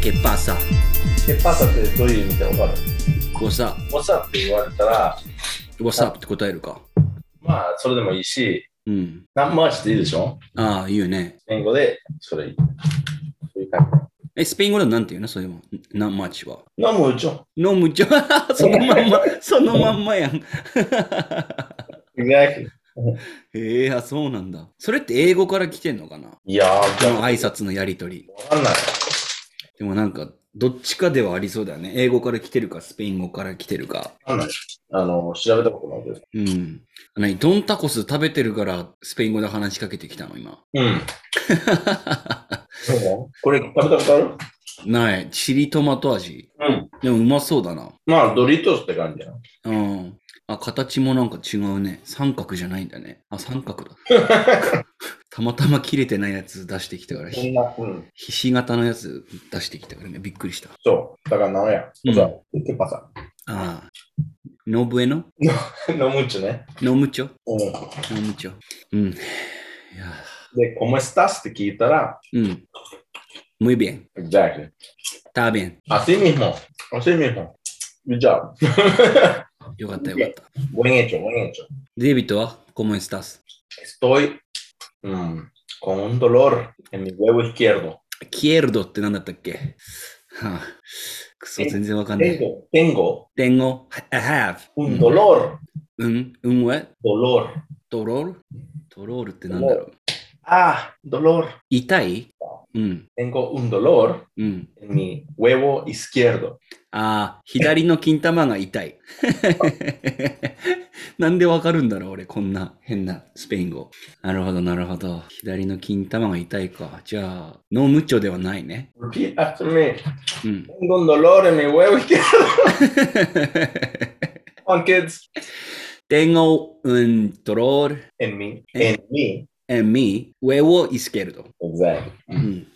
¿Qué pasa? ¿Qué pasaってどういう意味か分かる What's up? ?What's up? って言われたら、 What's up? って答えるか。まあ、それでもいいし、うん。何回していいでしょああ、いいよね。スペイン語で、それいい。そういう感じ。え、スペイン語でなんて言うのそれも。not much は。 No mucho. No mucho. そのま んま、そのまんまやん。 Exactly. へえあ、そうなんだ。それって英語から来てんのかないやー、こじゃの挨拶のやりとり。あ、わかんない。でもなんか、どっちかではありそうだよね。英語から来てるか、スペイン語から来てるか。わかんない。あの、調べたことないです。うん。何ドンタコス食べてるから、スペイン語で話しかけてきたの、今。うん。そうこれ食べたことあるない。チリトマト味。うん。でもうまそうだな。まあ、ドリトスって感じやな。うん。あ、形もなんか違うね。三角じゃないんだね。あ、三角だ。たまたま切れてないやつ出してきたから、そひんな。うん。ひし形のやつ出してきたからね。びっくりした。そう。だからなんや。うんじゃあ、ケパさ。ああ。ノブエノ 飲むんちね。ノムチョうん。ノムチョ。うん。いやで、コメスタスって聞いたら、ー。うん。muy bien. Exactly. Está bien. Así mismo. Así mismo. Good job. よかったよかった。 Buen hecho, buen hecho. デイビットは ¿Cómo estás? Estoy mm, con un dolor en mi huevo izquierdo. Quiero って何だったっけはあ、くそ、全然わかんない。 Tengo, tengo Tengo, I have. un dolor. うん、うん、うん、 Dolor. ドロールドロールってなんだろう Ah, dolor. 痛いうん、 Tengo un dolor うん。 en mi huevo izquierdo. ああ、左の金玉が痛い。 なんでわかるんだろう俺、こんな変なスペイン語。なるほど、なるほど。左の金玉が痛いか。じゃあ、ノームチョではないね。 Repeat after me. うん。 Tengo un dolor en mi huevo izquierdo. Come on, kids. Tengo un dolor En mi. En mi. en mi huevo izquierdo. Exactly. うん。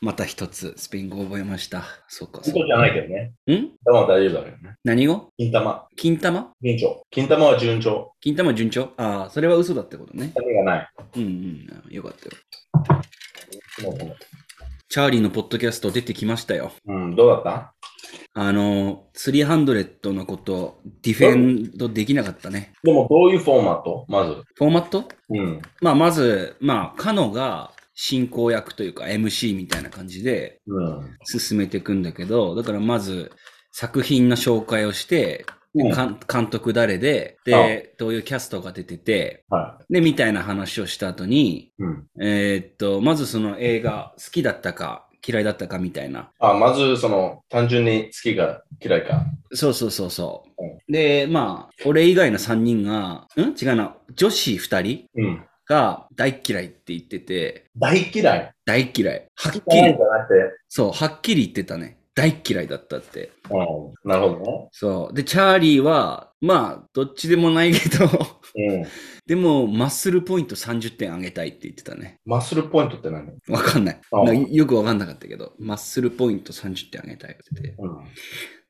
また一つ、スペイン語覚えました。そうか、そそうじゃないけどね。う。んでも大丈夫だけどね。何語金玉、金玉順調。金玉は順調。金玉順調ああ、それは嘘だってことね。痛みがない。うんうん。よかったよ。もうもうチャーリーのポッドキャスト出てきましたよ。うん、どうだったあの、300のこと、ディフェンドできなかったね。でもどういうフォーマットまず。フォーマットうん。まあ、まず、まあ、カノが進行役というか MC みたいな感じでうん。進めていくんだけど、だからまず作品の紹介をして、うんでかん監督誰で、で、どういうキャストが出てて、はで、みたいな話をした後に、い。うん。えーっと、まずその映画好きだったか嫌いだったかみたいな。あ、まず、その、単純に好きが嫌いか。そうそうそうそう。うんで、まあ、俺以外の3人が、ん違うな、女子2人うん。が大嫌いって言ってて、大嫌い。大嫌い。はっき嫌いりじ、ゃなくそう、はっきり言ってたね。大嫌いだったって。て。うん。なるほそう。で、チャーリーは、まあ、どっちでもないけど、 どね。うん。でも、マッスルポイント30点あげたいって言ってたね。マッスルポイントって何わかんない。ああなよくわかんなかったけど、マッスルポイント30点あげたいって言ってて。うん。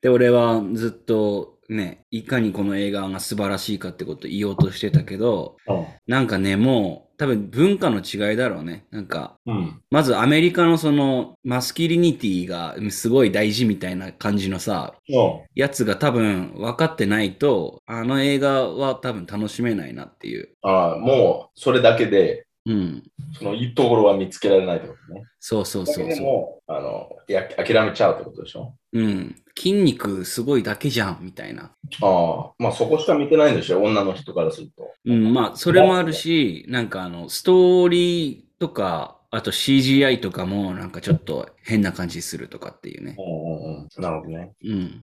で、俺はずっとね、いかにこの映画が素晴らしいかってことを言おうとしてたけど、なんかね、もう多分文化の違いだろうね。なんか、うん。まずアメリカのそのマスキリニティがすごい大事みたいな感じのさ、うん。やつが多分分かってないと、あの映画は多分楽しめないなっていう。あもう、それだけで、うん。その、いいところは見つけられないってことね。そうそうだけそうでそも、あの、や諦めちゃうってことでしょう。うん。筋肉すごいだけじゃん、みたいな。ああ、まあそこしか見てないんでしょ、女の人からすると。うん、まあ、それもあるし、なんかあの、ストーリーとか、あと CGI とかも、なんかちょっと変な感じするとかっていうねう。んうんうん。なるほどね。うん。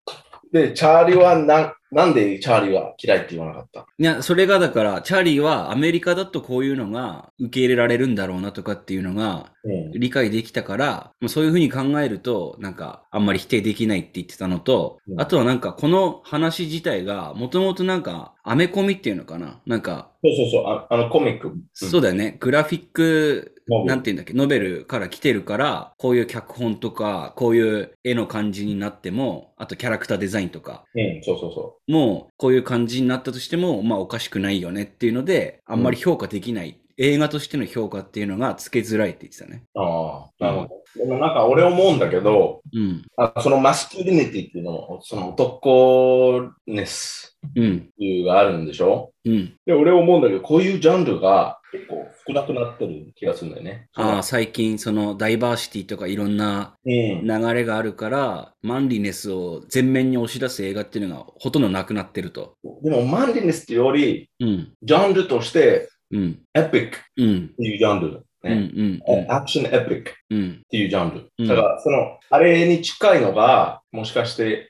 で、チャーリーはなん、なんでチャーリーは嫌いって言わなかったいや、それがだから、チャーリーはアメリカだとこういうのが受け入れられるんだろうなとかっていうのがうん。理解できたから、もうそういうふうに考えると、なんかあんまり否定できないって言ってたのとう、んあとはなんかこの話自体が、もともとなんかアメコミっていうのかななんか、そうそうそう、ああのコミック。そうだよね。グラフィックノベ、ルなんて言うんだっけ、ノベルから来てるから、こういう脚本とか、こういう絵の感じになっても、あとキャラクターデザインとか、うん、うん、そうそうそもうこういう感じになったとしても、まあおかしくないよねっていうので、あんまり評価できない映画としての評価っていうのがつけづらいって言ってたね。ああ、なるほど。でもなんか俺思うんだけど、うん。あそのマスキュリニティっていうのも、その男ネスうん。っていうがあるんでしょうん。で、俺思うんだけど、こういうジャンルが結構少なくなってる気がするんだよね。ああ、最近そのダイバーシティとかいろんなうん。流れがあるから、マンリネスを前面に押し出す映画っていうのがほとんどなくなってると。でも、マンリネスっていうより、うん。ジャンルとして、うん。エピックっうん。ていうジャンル。うん。うねん。アクションエピックっうん。ていうジャンうんル。だから、その、あれに近いのが、もしかして、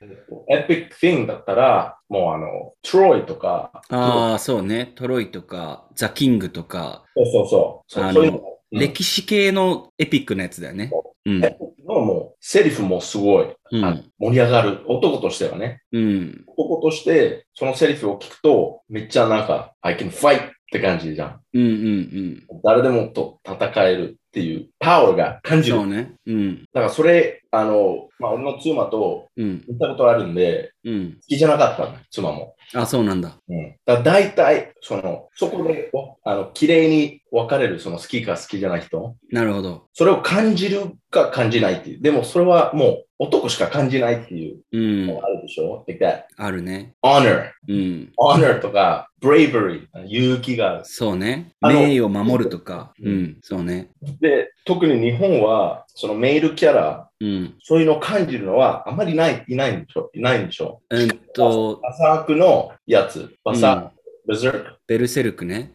エピック thing だったら、もうあの、トロイとか、ああ、そうね。トロイとか、ザ・キングとか、そうそうそう。そあのうそういうのが。うん歴史系のエピックなやつだよね。うん。のもう、セリフもすごい、うあんの。盛り上がる。男としてはね。うん。男として、そのセリフを聞くと、めっちゃなんか、I can fight って感じじゃん。うん。うん。誰でもと戦えるっていうパワーが感うん。じる。そうだね。うん。からそれ、あの、まあ、俺の妻とうん。見たことあるんで、うん。好きじゃなかったの、妻も。あ、そうなんだ。うん、だから大体、その、そこで、おあの、綺麗に分かれる、その好きか好きじゃない人。なるほど。それを感じるか感じないっていう。でもそれはもう男しか感じないっていううんの。があるでしょ、?like that. あるね。 honor, うん。 honor とか bravery, 勇気がある。そうね。あの名誉を守るとか。ううんん。そうね。で、特に日本は、そのメールキャラ、うん。そういうのを感じるのはあまりない、いないんでしょいないんでしょうんと、バサークのやつ、バサーク、うんベゼルク、ベルセルクね。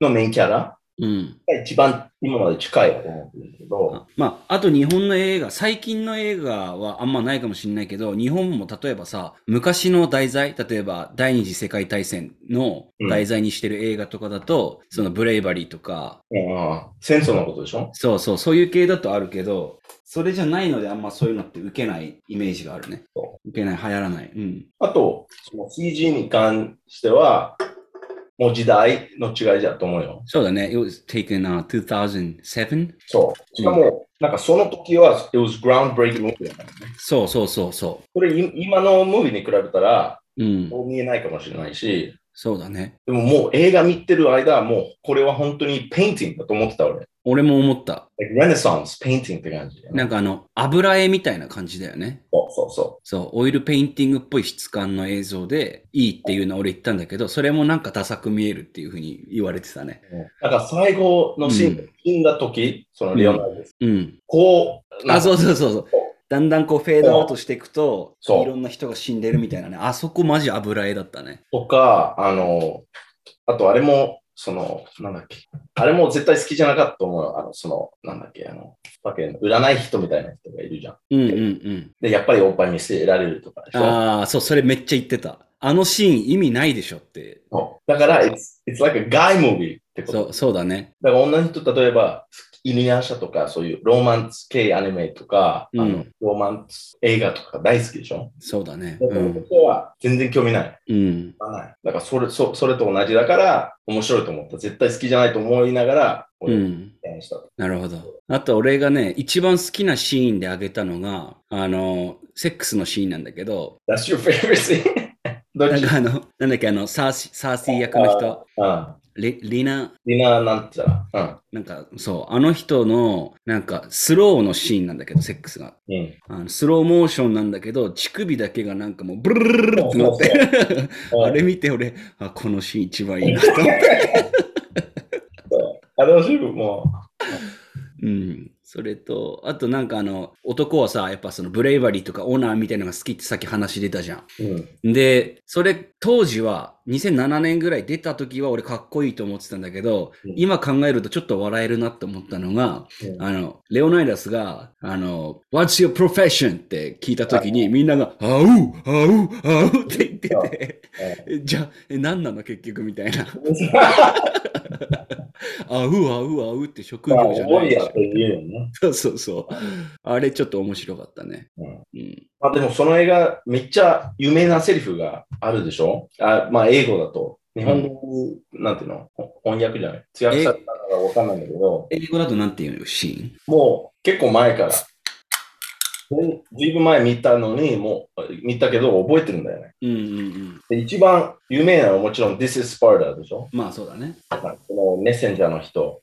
のメインキャラうん。が一番今まで近いと思うんですけど、あまあ、あと日本の映画、最近の映画はあんまないかもしれないけど、日本も例えばさ、昔の題材、例えば第二次世界大戦の題材にしてる映画とかだと、そのブレイバリーとか、うん戦争のことでしょそうそう、そういう系だとあるけど、それじゃないのであんまそういうのって受けないイメージがあるねそ。受けない、流行らない。うん。あと、その CG に関しては、もう時代の違いだと思うよ。そうだね。It was taken、uh, 2007? そう。しかも、なんかその時は、it was groundbreaking movie だからねそうそうそうそこれ、い今のムービーに比べたら、う。うん。もう見えないかもしれないし、そうだね。でももう映画見てる間はもうこれは本当にペインティングだと思ってた俺。俺も思った。 Like Renaissance painting って感じ。なんかあの、油絵みたいな感じだよね。そうそうそそう、オイルペインティングっぽい質感の映像でいいっていうのは俺言ったんだけど、それもなんかダサく見えるっていうふうに言われてたね。う。だから最後のシーン、うん死んだ時、そのレオナルドです。うん。こう、。あ、そううそうそうそう。だんだんこうフェードアウトしていくと、そういろんな人が死んでるみたいなね。あそこマジ油絵だったね。とか、あの、あとあれも、その、なんだっけ。あれも絶対好きじゃなかったと思うよ。あの、その、なんだっけ、あの、バケ占い人みたいな人がいるじゃん。うんうんで、やっぱりおっぱい見せられるとかでしうん。ょ。ああ、そう、それめっちゃ言ってた。あのシーン意味ないでしょって。そうだから、it's, it's like a guy movie ってこと。そう、そうだね。だから女の人、例えば、犬やしゃとか、そういうロマンス系アニメとか、うんあのロマンス映画とか大好きでしょ、そうだね。だうからん。僕は全然興味ない。うん。ないだからそれそ、それと同じだから、面白いと思った。絶対好きじゃないと思いながら、う俺、ん。提案したと。なるほど。あと俺がね、一番好きなシーンで挙げたのが、あの、セックスのシーンなんだけど、 That's your favorite scene? どっなんちかあの、なんだっけ、あの、サーシサーシー役の人、うん。リリナ、みんな、なんて言ったら。なんかそう、あの人の、なんかスローのシーンなんだけど、セックスが。うん。うん。あのスローモーションなんだけど、乳首だけがなんかもうブルルルルルって なっそうて、あ れ見て俺、あ、このシーン一番いいなと思って。あれは全部もうん。それと、あとなんかあの、男はさ、やっぱそのブレイバリーとかオナーみたいなのが好きってさっき話出たじゃん。う、うん。で、それ当時は2007年ぐらい出た時は俺かっこいいと思ってたんだけど、うん今考えるとちょっと笑えるなって思ったのが、うんあの、レオナイダスが、あの、What's your profession? って聞いた時にみんなが、あうあうあうって言ってて、えじゃあ、え、何なの結局みたいな。 あうあうあうって職まあ、業じゃな思いいでしやょって言うよね。そうそうそう。あれちょっと面白かったね。うんうん。まあでもその映画、めっちゃ有名なセリフがあるでしょあまあ英語だと。日本語、なんていうのほ翻訳じゃない通訳されたのかわかんないんだけど、英語だとなんていうのシーンもう結構前から。ずいぶん前見たのに、もう見たけど覚えてるんだよね。うんうんうん。で一番有名なのはもちろん This is Sparta でしょまあそうだね。なんかこのメッセンジャーの人、を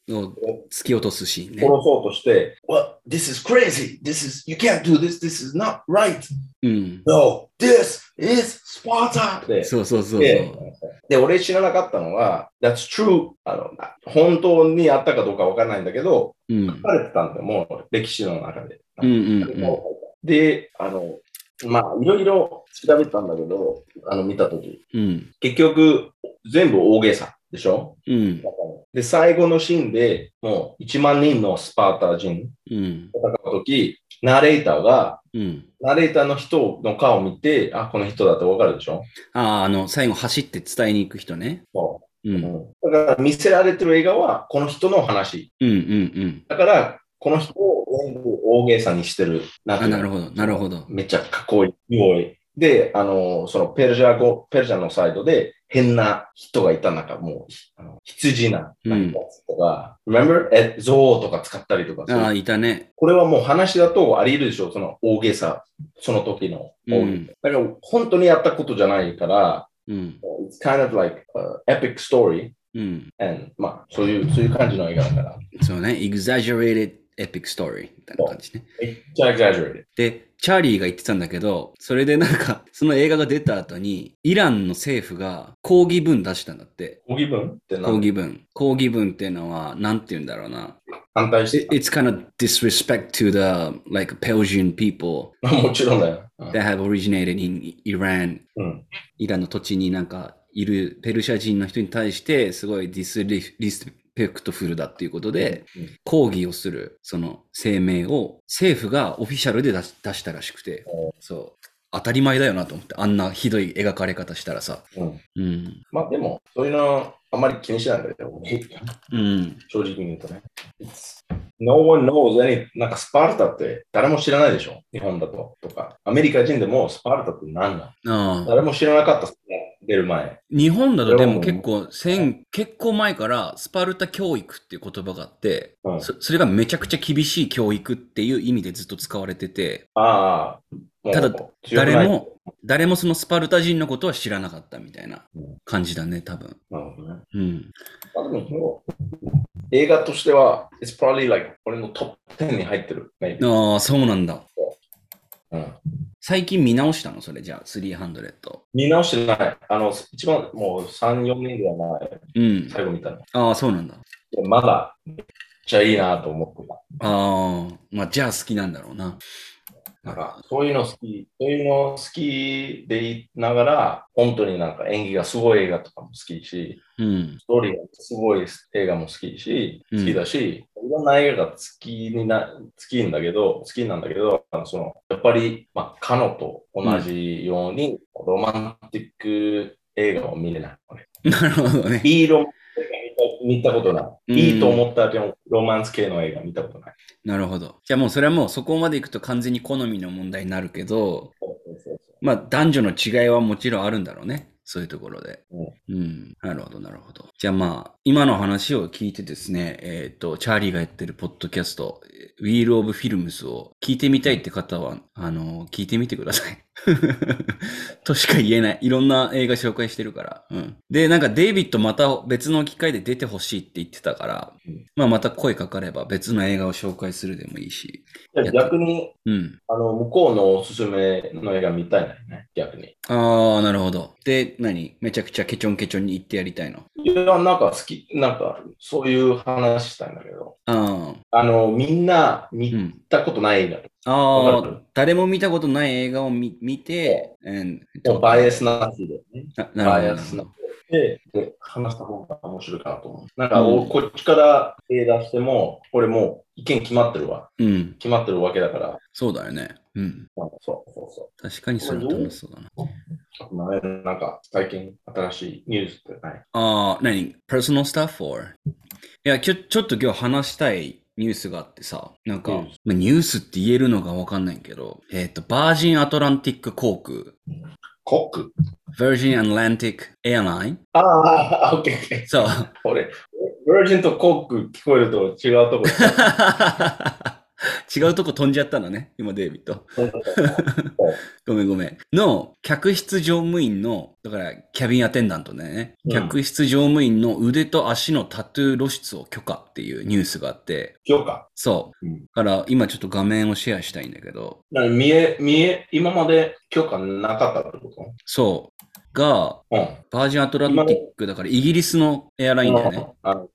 突き落とすシーン殺ね。そうとして、What? This is crazy! This is, you can't do this! This is not right! うん。 No! This is Sparta! でそうそうそうそう。でで、俺知らなかったのは、That's true! あの本当にあったかどうかわからないんだけど、うん。書かれてたんだよ、もう歴史の中で。うんうんうん。で、あの、まあ、いろいろ調べたんだけど、あの、見たとき、うん。結局、全部大げさでしょうん。で、最後のシーンでもう1万人のスパータ人うん。戦うとき、ナレーターが、うん。ナレーターの人の顔を見て、あ、この人だってわかるでしょああ、あの、最後走って伝えに行く人ね。そうう、ん。うんだから見せられてる映画はこの人の話。うんうんうん。だから、この人を全部大げさにしてる。なんてあ、いなうのるほど、なるほど。めっちゃかっこいい。よいで、あの、そのペルシャ語、ペルシャのサイドで変な人がいた中、もう、あの羊な、なんかやつとか、remember? え、ゾウとか使ったりとかするああ、いたね。これはもう話だとあり得るでしょ、その大げさ、その時の大げさ。だから本当にやったことじゃないから、うん。 it's kind of like、epic story, うん。 and まあ、そういう、そういう感じの映画だから、そうね。exaggerated epic story みたいな感じね。めっちゃ exaggerated. で、チャーリーが言ってたんだけど、それでなんか、 その映画が出た後に、イランの政府が抗議文出したんだって。抗議文ってな抗議文。抗議文っていうのは、なんて言うんだろうな。反対し It- て It's kind of disrespect to the like Persian people た。 もちろんだよ。うん that have originated in Iran うん。イランの土地になんかいるペルシャ人の人に対してすごいディスリリスペクトフルだっていうことでうん抗議をするその声明を政府がオフィシャルで出し出したらしくておそう当たり前だよなと思ってあんなひどい描かれ方したらさうんうんまあでも、そういうのあんまり気にしないんだけど、うん正直に言うとね。It's- No one knows any, なんかスパルタって誰も知らないでしょ日本だと。とか、アメリカ人でもスパルタって何なあのあ誰も知らなかったっすね、出る前。日本だとでもそ結れはも構先結構前からスパルタ教育っていう言葉があってうんそそれがめちゃくちゃ厳しい教育っていう意味でずっと使われててああ、もうただ強くない誰も誰もそのスパルタ人のことは知らなかったみたいなうん感じだね多分なるほどね。うんまあでも映画としては、It's probably like 俺のトップ10に入ってる。maybe ああそうなんだうん最近見直したのそれじゃあ300見直してない。あの、一番もう3、4年ではない。うん最後見たの。ああそうなんだでまだめっちゃいいなと思ってた。ああまあじゃあ好きなんだろうななんか、そういうの好き、そういうの好きでいながら、本当になんか演技がすごい映画とかも好きし、うん ストーリーがすごい映画も好きし、う好んきだし、いろんな映画が好きにな、好きんだけど、好きなんだけど、あのその、やっぱり、まあ、カノと同じように、ロマンティック映画を見れない。俺なるほどねいいロマンティック映画見た見たことない。うんいいと思ったけど、ロマンス系の映画見たことない。なるほどじゃあもうそれはもうそこまでいくと完全に好みの問題になるけどまあ男女の違いはもちろんあるんだろうね。そういうところで。うん。なるほど、なるほど。じゃあまあ、今の話を聞いてですね、えっ、と、チャーリーがやってるポッドキャスト、えー Wheel of Films を聞いてみたいって方は、あの、聞いてみてください。 としか言えない。いろんな映画紹介してるから。うん。で、なんかデイビッドまた別の機会で出てほしいって言ってたからうん、まあまた声かかれば別の映画を紹介するでもいいし。じゃあ逆に、うん。あの、向こうのおすすめの映画見たいなね、逆に。ああ、なるほど。で、何めちゃくちゃケチョンケチョンに言ってやりたいの。いや、なんか好き、なんか、そういう話したいんだけど、ああ、あの、みんなう見ん。たことない映あわかある、誰も見たことない映画を見見て、and 画、もうバイアスなしでね、なバなイるアほスなどし。で、で話した方が面白いかなと思う。なんか、おうんこっちから映画しても、これもう意見決まってるわ、うん、決まってるわけだから、そうだよね。うん。まあそうそうそ確かにそれは楽しそうだな。う。まあなんか、最近新しいニュースってない。ああ、何 ?personal stuff or? いや、ちょ、ちょっと今日話したいニュースがあってさ、なんか、うんまあ、ニュースって言えるのかわかんないけど、えっ、と、バージンアトランティック航空、コック Virgin Atlantic Airline? ああ、オッケーオッケー。そう。俺、ヴィルジンとコック聞こえると違うとこ違違うとこ飛んじゃったのね、今デイビッド。ごめんごめん。の、客室乗務員の、だから、キャビンアテンダントだよね。うん客室乗務員の腕と足のタトゥー露出を許可っていうニュースがあって、今日か。そう。うんだから、今ちょっと画面をシェアしたいんだけど、なに見え、見え、今まで許可なかったってこそう。が、とうん。バージンアトランティック、だからイギリスのエアラインだよね。あのうん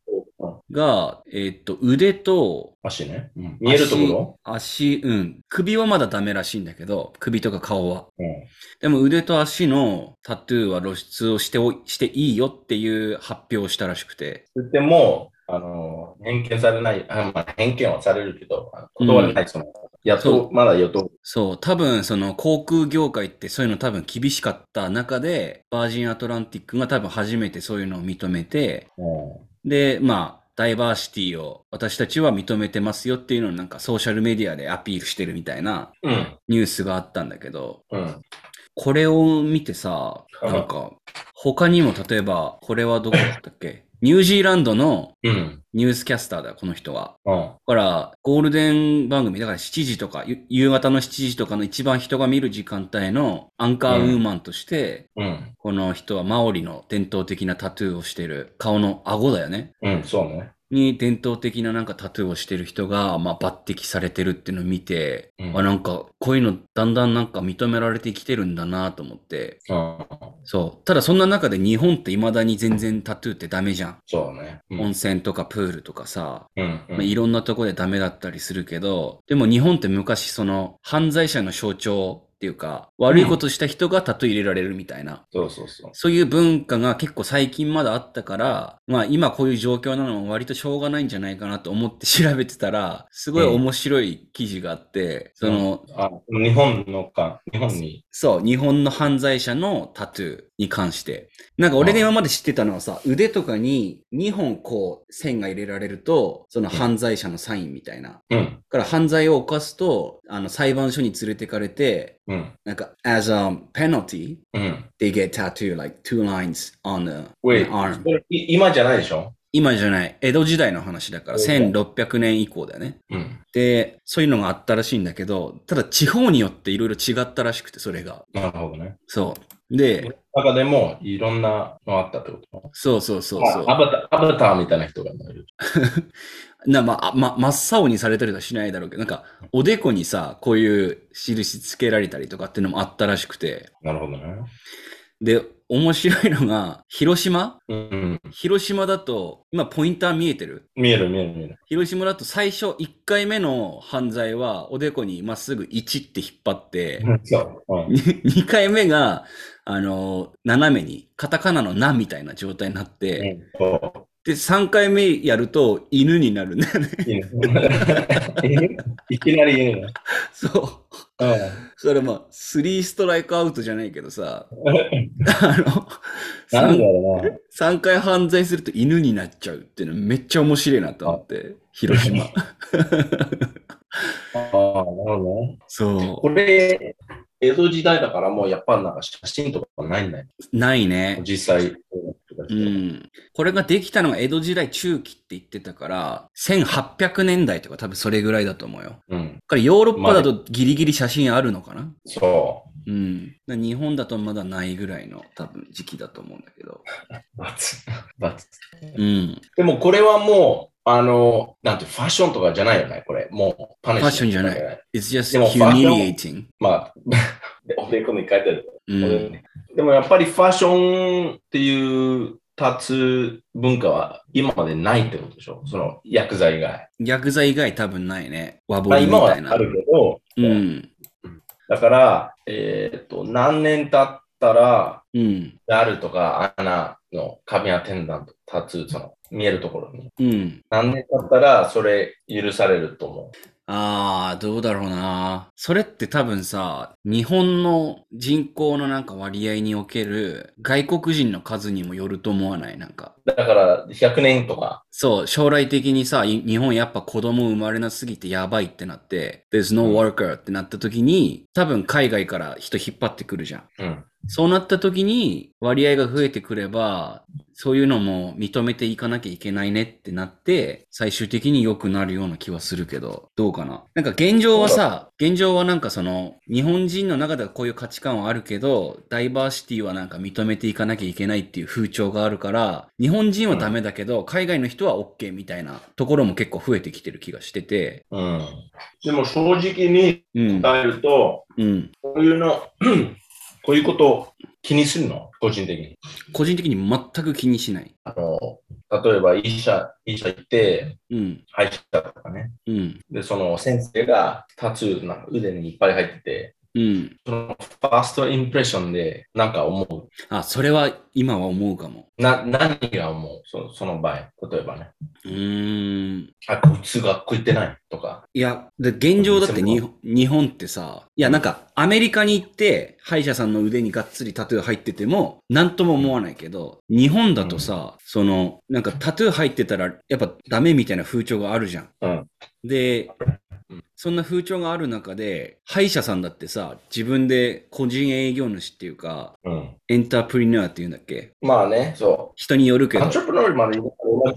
が、えーっと、腕と、足ね。うん見えるとこ足、うん。首はまだダメらしいんだけど、首とか顔は。ろうん。でも腕と足のタトゥーは露出をしておしていいよっていう発表をしたらしくて。言っても、あの、偏見されない、あまあ、偏見はされるけど、あの断れない、その、やっそと、まだ与党そう、多分その航空業界ってそういうの多分厳しかった中で、バージンアトランティックが多分初めてそういうのを認めて、う。で、まあ、ダイバーシティを私たちは認めてますよっていうのをなんかソーシャルメディアでアピールしてるみたいなんうん。ニュースがあったんだけど、うん。これを見てさ、うんなんか、他にも例えば、これはどこだったっけニュージーランドのうん。ニュースキャスターだ、この人は。うん。だから、ゴールデン番組、だから7時とか、ゆ夕方の7時とかの一番人が見る時間帯のアンカーウーマンとして、うん。この人はマオリの伝統的なタトゥーをしてる、顔の顎だよね。うん。そうね。に伝統的ななんかタトゥーをしてる人が、まあ、抜擢されてるっていうのを見て、うんあなんかこういうのだんだんなんか認められてきてるんだなと思ってうん。そうただそんな中で日本って未だに全然タトゥーってダメじゃん、そうね。うん温泉とかプールとかさ、うん。うまあ、いん。ろんなとこでダメだったりするけどでも日本って昔その犯罪者の象徴っていうか悪いことした人がタトゥー入れられるみたいな、そうそうそう。そういう文化が結構最近まだあったから、まあ今こういう状況なのも割としょうがないんじゃないかなと思って調べてたら、すごい面白い記事があって、その、あ、日本のか、日本に。そう、日本の犯罪者のタトゥーに関して。なんか俺が今まで知ってたのはさ、腕とかに2本こう線が入れられると、その犯罪者のサインみたいな。だうん。から犯罪を犯すと、あの裁判所に連れてかれて、うん。なんか、as a penalty, うん。 they get tattoo like two lines on the Wait, arm. これい今じゃないでしょ今じゃない、江戸時代の話だから、そう1600年以降だよね。うん。で、そういうのがあったらしいんだけど、ただ地方によっていろいろ違ったらしくて、それが。なるほどね。そう。で、中でもいろんなのあったってことそうそうそうそうあア。バター、アバターみたいな人がいる。な、まあ、ま、真っ青にされたりはしないだろうけど、なんか、おでこにさ、こういう印つけられたりとかっていうのもあったらしくて。なるほどね。で、面白いのが、広島うん。広島だと、今ポインター見えてる見える見える見える。広島だと最初1回目の犯罪は、おでこにまっすぐ1って引っ張って、そう。うん。 2回目が、あの、斜めに、カタカナのなみたいな状態になって、うんそで、3回目やると犬になるんだよね。 ういいね いきなり言うね。そう。それまあ、3ストライクアウトじゃないけどさ、うん。あの、な 3, んだろうな。 3回犯罪すると犬になっちゃうっていうのめっちゃ面白いなと思って、広 島。ああ、なるほどね。そこれ、江戸時代だからもうやっぱなんか写真とかないんだよ。う。ないね。実際。うん、これができたのが江戸時代中期って言ってたから、1800年代とか多分それぐらいだと思うよ。だうん。からヨーロッパだとギリギリ写真あるのかなそうん。だから日本だとまだないぐらいの多分時期だと思うんだけど。う。 バツ。バツ。うん。でもこれはもう、あの、なんてファッションとかじゃないよね、これ。もう、パネファッションじゃない。It's で just もファッション humiliating. まあ、 おでこに書いてある。うん。でもやっぱりファッションっていう立つ文化は今までないってことでしょその薬剤以外。薬剤以外多分ないね。和まあ彫りみ今はたいな。あるけど、うん。だから、えっ、と、何年経ったら、うん。ダルとかアナの髪アテンダント、タトゥー、その見えるところに。うん。何年経ったらそれ許されると思ああ、どうだろうな。それって多分さ、日本の人口のなんか割合における外国人の数にもよると思わないなんか。う。だから100年とか。そう、将来的にさ、い日本やっぱ子供生まれなすぎてやばいってなって、there's no worker ってなった時に、多分海外から人引っ張ってくるじゃん。うん。そうなった時に割合が増えてくれば、そういうのも認めていかなきゃいけないねってなって、最終的に良くなるような気はするけど、どうかな。なんか現状はさ、現状はなんかその、日本人の中ではこういう価値観はあるけど、ダイバーシティはなんか認めていかなきゃいけないっていう風潮があるから、日本人はダメだけど、海外の人は OK みたいなところも結構増えてきてる気がしてて、うん。でも正直にうん、答えると、うん。こういうの、 こういうこと気にするの個人的に。個人的に全く気にしない。あの、例えば医者、医者行って、うん、歯医者とかね。うん、で、その先生がタトゥーな腕にいっぱい入ってて、うん。そのファーストインプレッションでなんか思う。あ、それは今は思うかも。な、何が思うそのその場合。例えばね。うーん。あ、こいつが食ってないとか。いや、で現状だってにそ日本ってさ、いやなんかアメリカに行って歯医者さんの腕にがっつりタトゥー入ってても何とも思わないけど、日本だとさ、そのなんかタトゥー入ってたらやっぱダメみたいな風潮があるじゃん。うん。でうん、そんな風潮がある中で、歯医者さんだってさ、自分で個人営業主っていうか、うん。エンタープリニュアーっていうんだっけまあね、そう。人によるけどアン、トレプノールまで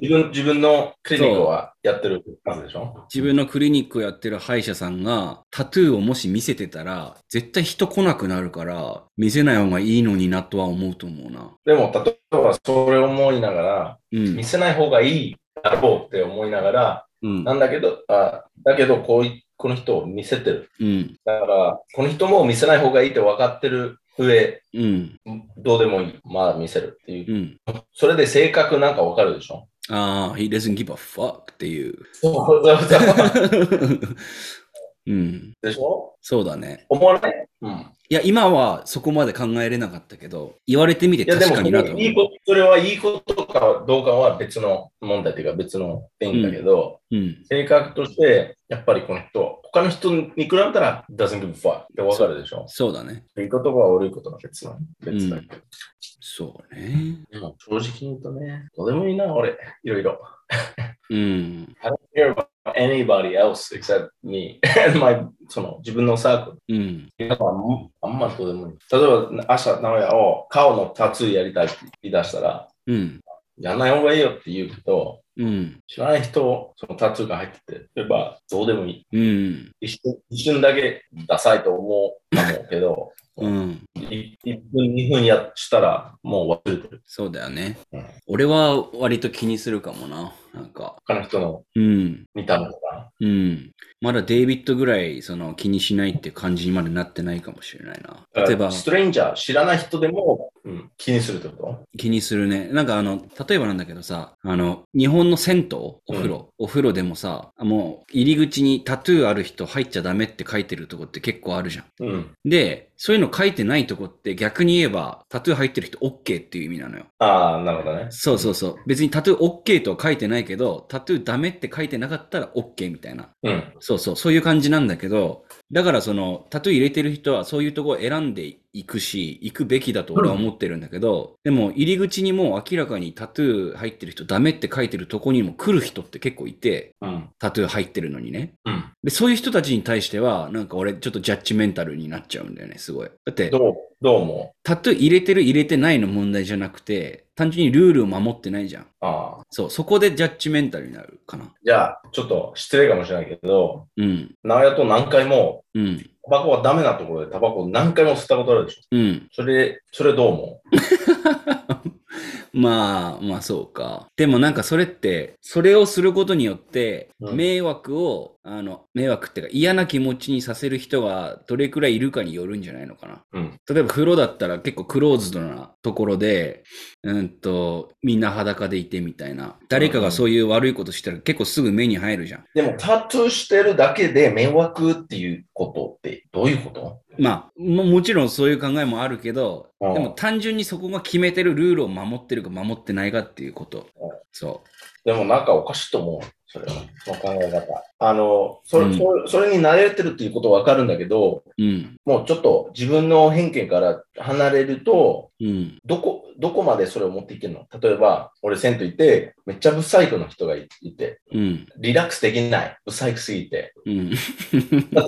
自分自分のクリニックはやってるはずでしょ自分のクリニックをやってる歯医者さんがタトゥーをもし見せてたら絶対人来なくなるから見せない方がいいのになとは思うと思うな。でも、例えばそれを思いながら、う見ん。せない方がいいだろうって思いながら、うんな。んだけど、あだけどこうい、この人を見せてる。うん。だから、この人も見せない方がいいって分かってる上、うん。どうでもいい。まあ見せるっていう。うん。それで性格なんか分かるでしょああ、he doesn't give a fuck っていう。そうそう そ う。うん。でしょそうだね。思わないうん。いや、今はそこまで考えれなかったけど、言われてみていや、確でもかそにれなと思う。いいこと、それはいいことかどうかは別の問題というか別の点だけど、うん。性格として、やっぱりこの人、他の人に比べたら、doesn't give a fuck ってわかるでしょ。そうだね。いいことは悪いことは別な別だけど。そうね。でも正直に言うとね、どうでもいいな、俺。いろいろ。うん。 I don't care about anybody else except me and my, その自分のサークル。うん。だからもうあんまどうでもいい。例えば、明日、名古屋を顔のタトゥーやりたいって言い出したら、うん。やらない方がいいよって言うけど、うん。知らない人、そのタトゥーが入ってて、例えば、どうでもいい。うん。一瞬一瞬だけダサいと思うかもけど、うん。 1分、2分やしたらもう忘れてる。そうだよねうん。俺は割と気にするかもな。なんか。他の人のうん。見た目とか。うん。まだデイビッドぐらいその気にしないって感じにまでなってないかもしれないな。例えばストレンジャー、知らない人でも、うん気にするってこ気にするね。なんかあの、例えばなんだけどさ、あの、日本の銭湯、お風呂、お風呂でもさ、もう入り口にタトゥーある人入っちゃダメって書いてるとこって結構あるじゃん。とうん。で、そういうの書いてないとこって逆に言えばタトゥー入ってる人 OK っていう意味なのよ。ああ、なるほどね。そうそうそう。別にタトゥー OK とは書いてないけど、タトゥーダメって書いてなかったら OK みたいな。うん。そうそう、そういう感じなんだけど、だからそのタトゥー入れてる人はそういうとこを選んでいくし、行くべきだと俺は思ってるんだけど、でも入り口にもう明らかにタトゥー入ってる人ダメって書いてるとこにも来る人って結構いて、うん。タトゥー入ってるのにね。うん。で、そういう人たちに対しては、なんか俺ちょっとジャッジメンタルになっちゃうんだよね、すごい。だって、どう、どう思タトゥー入れてる入れてないの問題じゃなくて、単純にルールを守ってないじゃん。うああ。そう、そこでジャッジメンタルになるかな。じゃあ、ちょっと失礼かもしれないけど、うん、名古屋と何回も、うん、タバコはダメなところでタバコを何回も吸ったことあるでしょ。うん。それ、それどう思うまあ、まあそうか。でもなんかそれって、それをすることによって、うん迷惑を、あの、迷惑っていうか嫌な気持ちにさせる人がどれくらいいるかによるんじゃないのかな。うん。例えば風呂だったら結構クローズドなところで、うんと、みんな裸でいてみたいな。誰かがそういう悪いことしたら結構すぐ目に入るじゃん。でも、タトゥーしてるだけで迷惑っていうことってどういうことまあ、ももちろんそういう考えもあるけど、うんでも単純にそこが決めてるルールを守ってるか守ってないかっていうことうん。そでもなんかおかしいと思う。それは。その考え方。あの、それ、うんそれそれに慣れてるっていうことはわかるんだけど、う。うん。もうちょっと自分の偏見から離れると、うん。どこ、どこまでそれを持っていけるの例えば、俺銭湯いて、めっちゃブサイクの人がいいて、うん。リラックスできない。ブサイクすぎて。うん。例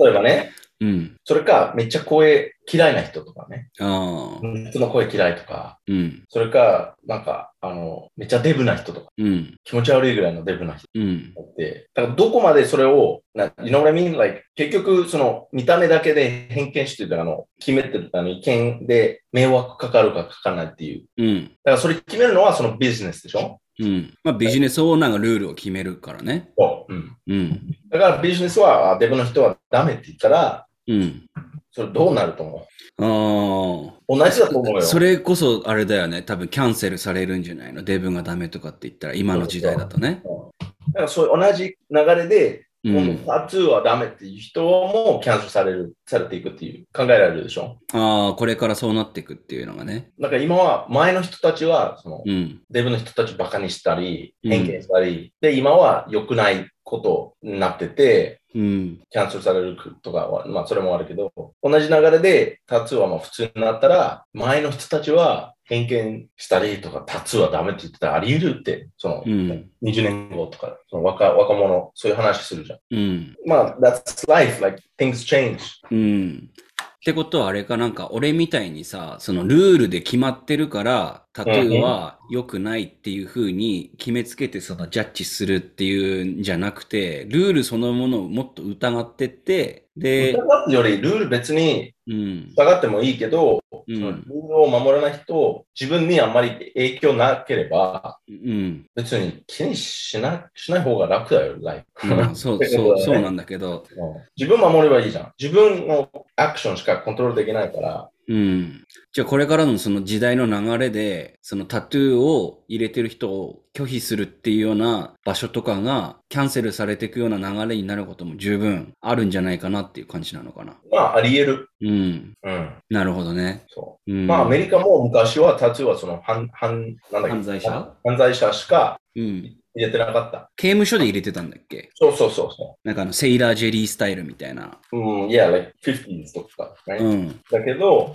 えばね、うん。それか、めっちゃ声嫌いな人とかね。ああ。人の声嫌いとか、うん。それか、なんか、あの、めっちゃデブな人とか、うん。気持ち悪いぐらいのデブな人うん。って、だからどこまでそれを、な you know what I mean? Like, 結局、その、見た目だけで偏見してる、あの、決めてる、あの、意見で迷惑かかるかかかないっていう。うん。だからそれ決めるのはそのビジネスでしょうん。まあビジネスオーナーがルールを決めるからね。そう。うん。うん。だからビジネスは、あデブの人はダメって言ったら、うん。それどうなると思あう同じだと思うあ。よ。それこそあれだよね。多分キャンセルされるんじゃないのデブがダメとかって言ったら、今の時代だとね。だからそういう同じ流れで、う今ん度。タトゥーはダメっていう人もキャンセルされる、されていくっていう考えられるでしょああ、これからそうなっていくっていうのがね。なんか今は前の人たちはその、うん。デブの人たちバカにしたり、うん偏見したり、で、今は良くないことになってて、うん。キャンセルされるとかは、まあそれもあるけど、同じ流れでタトゥーはまあ普通になったら、前の人たちは偏見したりとか、タトゥーはダメって言ってたらあり得るって、その、うん20年後とか、その若若者、そういう話するじゃん。うん。まあ、that's life, like things change. うん。ってことはあれかなんか俺みたいにさ、そのルールで決まってるからタトゥーは良くないっていう風に決めつけてそのジャッジするっていうんじゃなくて、ルールそのものをもっと疑ってって、で、疑ってよりルール別にうん。疑ってもいいけど、うそのルん。ールを守らない人、自分にあんまり影響なければ、うん。別に気にしなしない方が楽だよ、ライフ。まあ、そうそう、そうなんだけど、 自分守ればいいじゃん。自分のアクションしかコントロールできないから。うん。じゃあこれからのその時代の流れで、そのタトゥーを入れてる人を拒否するっていうような場所とかがキャンセルされていくような流れになることも十分あるんじゃないかなっていう感じなのかな。まあ、あり得る。うん。うん。なるほどね。そうう。ん。まあ、アメリカも昔はタトゥーはその犯、犯、なんだっけ犯罪者犯罪者しかうん。入れてなかった。刑務所で入れてたんだっけそうそうそうそなんかあの、セイラージェリースタイルみたいな。う。うん、いや、like 50s とか、ねうん。だけど、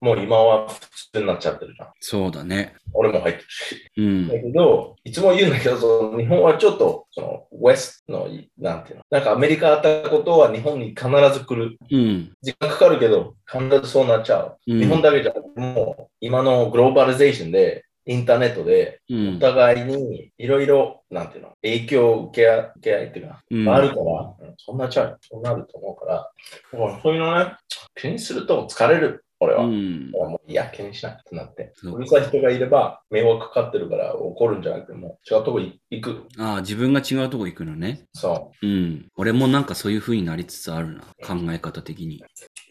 もう今は普通になっちゃってるじゃん。そうだね。俺も入ってるし。うんだ。けど、いつも言うんだけど、その日本はちょっと、その、ウェストの、なんていうの、なんかアメリカあったことは日本に必ず来る。うん。時間かかるけど、必ずそうなっちゃう。うん日本だけじゃ、もう、今のグローバリゼーションで、インターネットで、うおん。互いにいろいろ、なんていうの、影響を受け合受け合いっていうか、うんあるから、うんそうなっちゃう。そうなると思うから、だからそういうのね、気にすると疲れる、俺うは。んだ。からもういや、気にしなくなって。そううるさい人がいれば、迷惑かかってるから怒るんじゃなくて、もう違うとこ行行く。ああ、自分が違うとこ行くのね。そうん。俺もなんかそういう風になりつつあるな。考え方的に。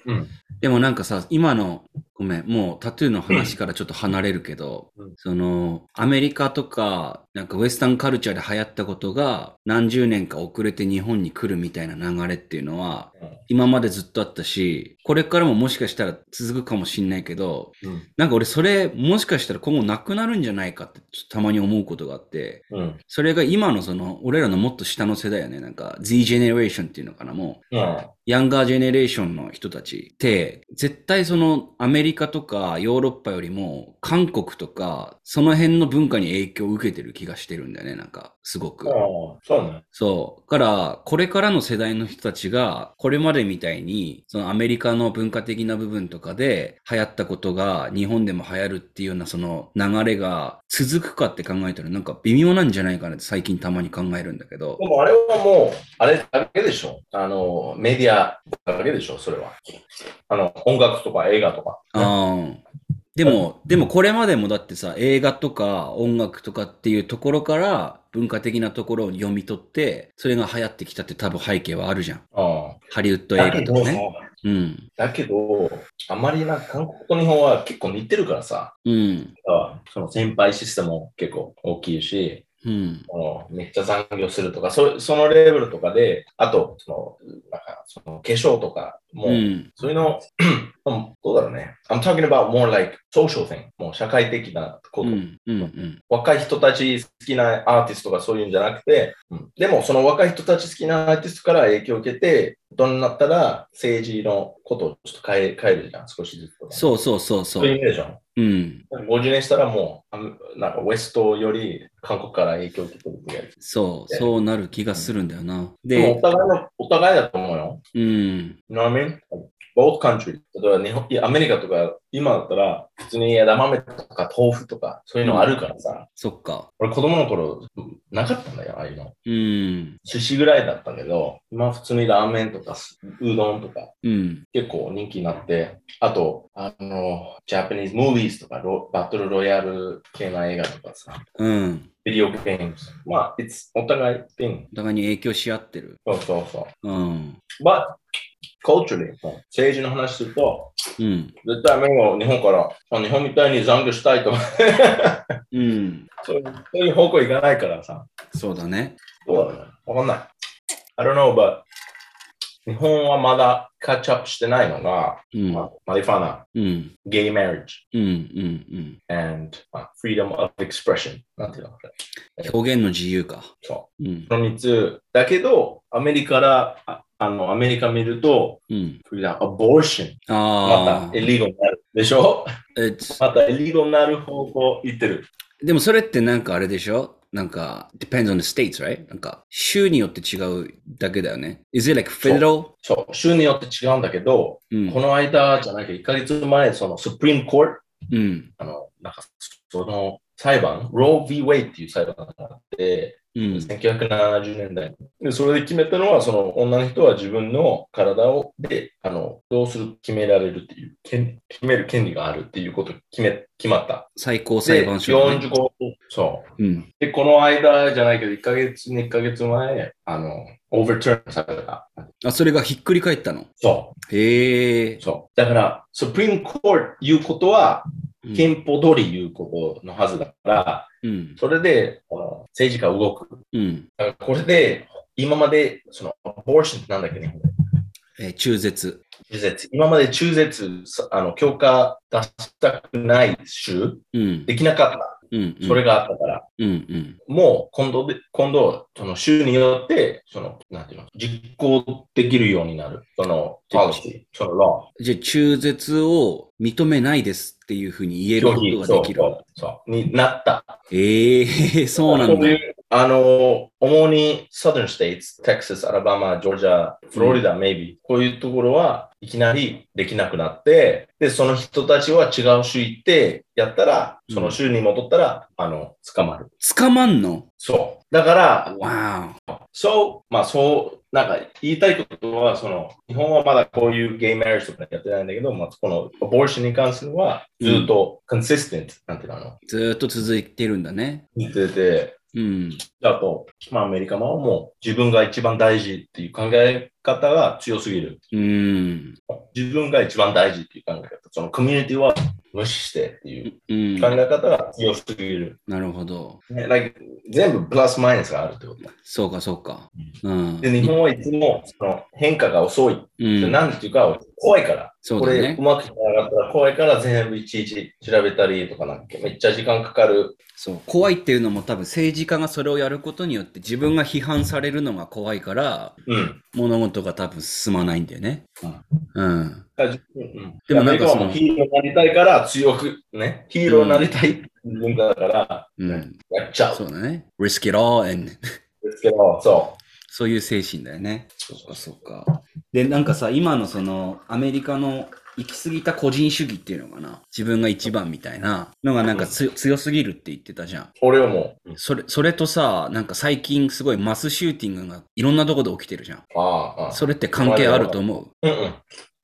うんでもなんかさ、今の、ごめん、もうタトゥーの話からちょっと離れるけど、うんその、アメリカとか、なんかウエスタンカルチャーで流行ったことが、何十年か遅れて日本に来るみたいな流れっていうのは、うん今までずっとあったし、これからももしかしたら続くかもしんないけど、う。うん。なんか俺それ、もしかしたら今後なくなるんじゃないかって、ちょっとたまに思うことがあって、うん。それが今のその、俺らのもっと下の世代よね。なんか、Z ジェネレーションっていうのかな、もう。うん。ヤンガージェネレーションの人たちって、絶対そのアメリカとかヨーロッパよりも韓国とか、その辺の文化に影響を受けてる気がしてるんだよね、なんか、すごく。そうね。そう。から、これからの世代の人たちが、これまでみたいに、そのアメリカの文化的な部分とかで流行ったことが日本でも流行るっていうようなその流れが続くかって考えたらなんか微妙なんじゃないかなって最近たまに考えるんだけどで。もあれはもう、あれだけでしょ。あの、メディアだけでしょ、それは。あの、音楽とか映画とか。あーでも、でもこれまでもだってさ、映画とか音楽とかっていうところから文化的なところを読み取って、それが流行ってきたって多分背景はあるじゃん。うん。ハリウッド映だ画けとどか、ね。うん。だけど、あまりな、韓国と日本は結構似てるからさ。うん。その先輩システムも結構大きいし、うん。あのめっちゃ残業するとか、そそのレベルとかで、あと、その、なんか、その化粧とかも、うん。そういうの、 うんどうだろうね。I'm talking about more like social thing. もう社会的なこと。うんうんうん若い人たち好きなアーティストとかそういうんじゃなくて、うんでもその若い人たち好きなアーティストから影響を受けて、どうなったら政治のことをちょっと変え変えるじゃん、少しずつとか。そうそうそうそうそいうう。イメージじゃん。うん。 50年したらもう、あのなんかウエストより韓国から影響を受けてるってやつ。そう、そうなる気がするんだよな。でもおで、互いの、お互いだと思うよ。うん、 You know what I mean? Both countries. 例えば日本、いやアメリカとか、今だったら、普通に枝豆とか豆腐とか、そういうのあるからさ。そっか。俺子供の頃、うんなかったんだよ、ああいうの。うん、寿司ぐらいだったけど、今普通にラーメンとか、すうどんとか、うん、結構人気になって、あと、あの、ジャパニーズムービーズとかロ、バトルロイヤル系の映画とかさ、うん。ビデオゲームまあ、it's お互い thing. お互いに影響し合ってる。そうそうそうん、う。But, culturally, 政治の話すると、うん、絶対メモを日本から、あ日本みたいに残業したいとかうん。そういう、そういう方向行かないからさ。そうだね。どうだろうねわかんない。I don't know, but 日本はまだカッチアップしてないのが、うん、うまんあ、マリファナ、、うん、ゲイマリッジ、うん、うん。 and、まあ、freedom of expression。なんていうのこれ表現の自由か。そううん、この3つ。だけど、アメリカから、ああの、アメリカ見ると、うん。 freedom abortion。まあた、エリーゴになる。でしょあ、えつまた、エリーゴになる方向行ってる。でもそれってなんかあれでしょなんか、depends on the states, right? なんか、州によって違うだけだよね。Is it like federal? そう、州によって違うんだけど、うんこの間じゃなきゃ1ヶ月前、その Supreme Court、うん。あの、なんかその裁判、Roe v. Wade っていう裁判があって、うん。 1970年代で、それで決めたのは、その女の人は自分の体を、で、あの、どうする決められるっていう、権決める権利があるっていうこと決め、決まった。最高裁で、判所だね、 45、そう。うん。で、この間じゃないけど、1ヶ月、2ヶ月前、あの、オーバー r ーンされた。あ、それがひっくり返ったの。そう。へえ。そう。だから、スプリームコート言うことは、うん憲法通り言うことのはずだから、うん。それで、この政治が動く。うん。だからこれで、今まで、その、アボーションってなんだっけね、えー中絶。中絶。今まで中絶、さあの、強化出したくない州、うん。できなかった。うん。うんそれ。があったから、うん。うん。もう、今度で、今度、その州によって、その、なんていうの、実行できるようになる。その、で policy、その、law。じゃあ、中絶を認めないですっていうふうに言えることができるそ。うそう、になった。ええ、 そうなんだ。いうあの、主に Southern States、Texas、Alabama、Georgia、Florida、maybe、こういうところはいきなりできなくなって、で、その人たちは違う州行って、やったら、その州に戻ったら、あの、捕まる。捕まんのそう。だから、わそう、まあそう、なんか言いたいことは、その、日本はまだこういうゲイマリッジとかやってないんだけど、まあ、この、アボーションに関するは、ずっと、consistent、なんていうの、あのーずーっと続いてるんだね。言ってて、うん。あと、まあ、アメリカももう自分が一番大事っていう考え方が強すぎる。うん。自分が一番大事っていう考え方。そのコミュニティは無視してっていうう考ん。え方が強すぎる。なるほど。ね like 全部プラスマイナスがあるってこと。そうか、そうか。うん。で、日本はいつもその変化が遅い。うん。なんていうか、怖いから。そうこだれねう。まくいかなかったら怖いから全部いちいち調べたりとかなんかめっちゃ時間かかる。そう怖いっていうのも多分政治家がそれをやることによって自分が批判されるのが怖いからうん。物事が多分進まないんだよね。うん。あじうんでもなんかアメリカはそのもうヒーローになりたいから強くね、ヒーローになりたいって自分だから、うん。やっちゃうそうだね。risk it all and ですけど、そそういう精神だよね。う。そうか、そうか。で、なんかさ、今のそのアメリカの行き過ぎた個人主義っていうのかな。自分が一番みたいなのがなんかつ強すぎるって言ってたじゃん。俺はもう、それ、それとさ、なんか最近すごいマスシューティングがいろんなとこで起きてるじゃん。ああ、ああそれって関係あると思ううんうん。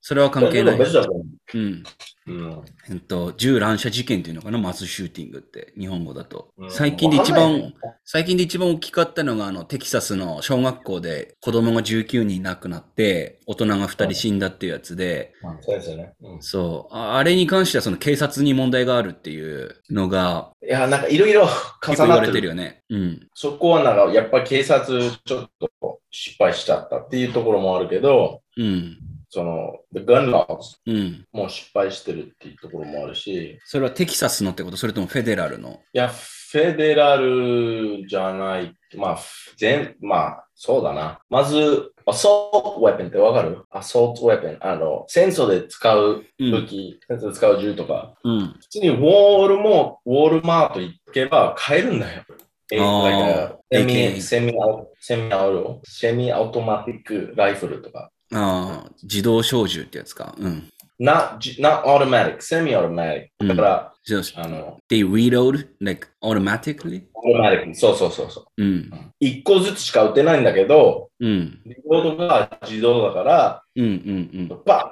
それは関係ないでも。別だと思うん。ううん。えっと、銃乱射事件っていうのかな、マスシューティングって、日本語だとう。ん最近で一わかんない番、最近で一番大きかったのが、あの、テキサスの小学校で子供が19人亡くなって、大人が2人死んだっていうやつで、そうですよね。うん、いそう、ああれに関してはその警察に問題があるっていうのが、や、なんかいろいろ重結構言なわっれててるるよね。うん。そこはなんか、やっぱ警察ちょっと失敗しちゃったっていうところもあるけど、うん。その、the gun laws うん。もう失敗してるっていうところもあるし、それはテキサスのってことそれともフェデラルのいや、フェデラルじゃない。まあ、全、まあ、そうだな。まず、アソートウェペンってわかるアソートウェペン。あの、戦争で使う武器、戦争で使う銃とか。うん。普通にウォールも、ウォールマート行けば買えるんだよ。 It's Oh, like a semi, AK semi, semi auto, semi automatic rifle とか。ああ、自動小銃ってやつか。うん。 not, not automatic, semi automatic. うんだから、自動小あの、 They reload, like, automatically? automatic. そうそうそうそう。うん。一個ずつしか撃てないんだけど、うん。リロードが自動だから、うんうんバッ、バッ、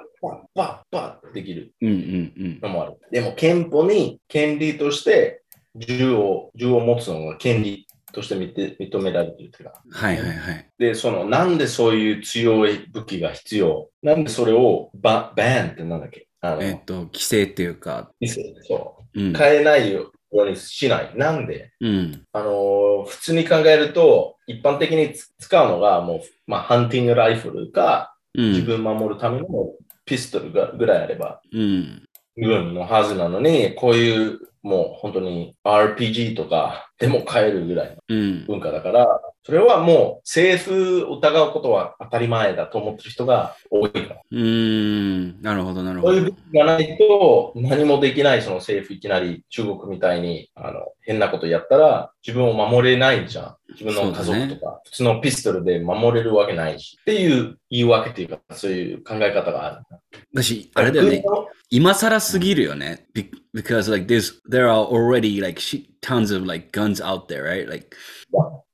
バッ、バッってできるうん。うんうんのもある。でも、憲法に権利として銃を、銃を持つのが権利として認め認められてるというか。うん。はいはいはい。で、その、なんでそういう強い武器が必要なんでそれをバ、バンってなんだっけあの、えっと、規制っていうか、そうう。ん。変えないようにしない。なんでうん。あのー普通に考えると、一般的につ使うのが、もう、まあ、ハンティングライフルか、う自ん。分守るためのピストルがぐらいあれば、うん。軍のはずなのに、こういう、もう本当に RPG とかでも買えるぐらいのうん。文化だから、それはもう政府を疑うことは当たり前だと思ってる人が多いから。うーん。なるほどなるそほういうど武。器がないと何もできないその政府いきなり中国みたいにあの変なことやったら自分を守れないじゃん。自分の家そうだ族ねとか、普通のピストルで守れるわけないし。っていう言い訳っていうか、そういう考え方がある。私、あれだよね軍。の今更すぎるよね。Be- Because like there's there are already like shit tons of like guns out there, right? Like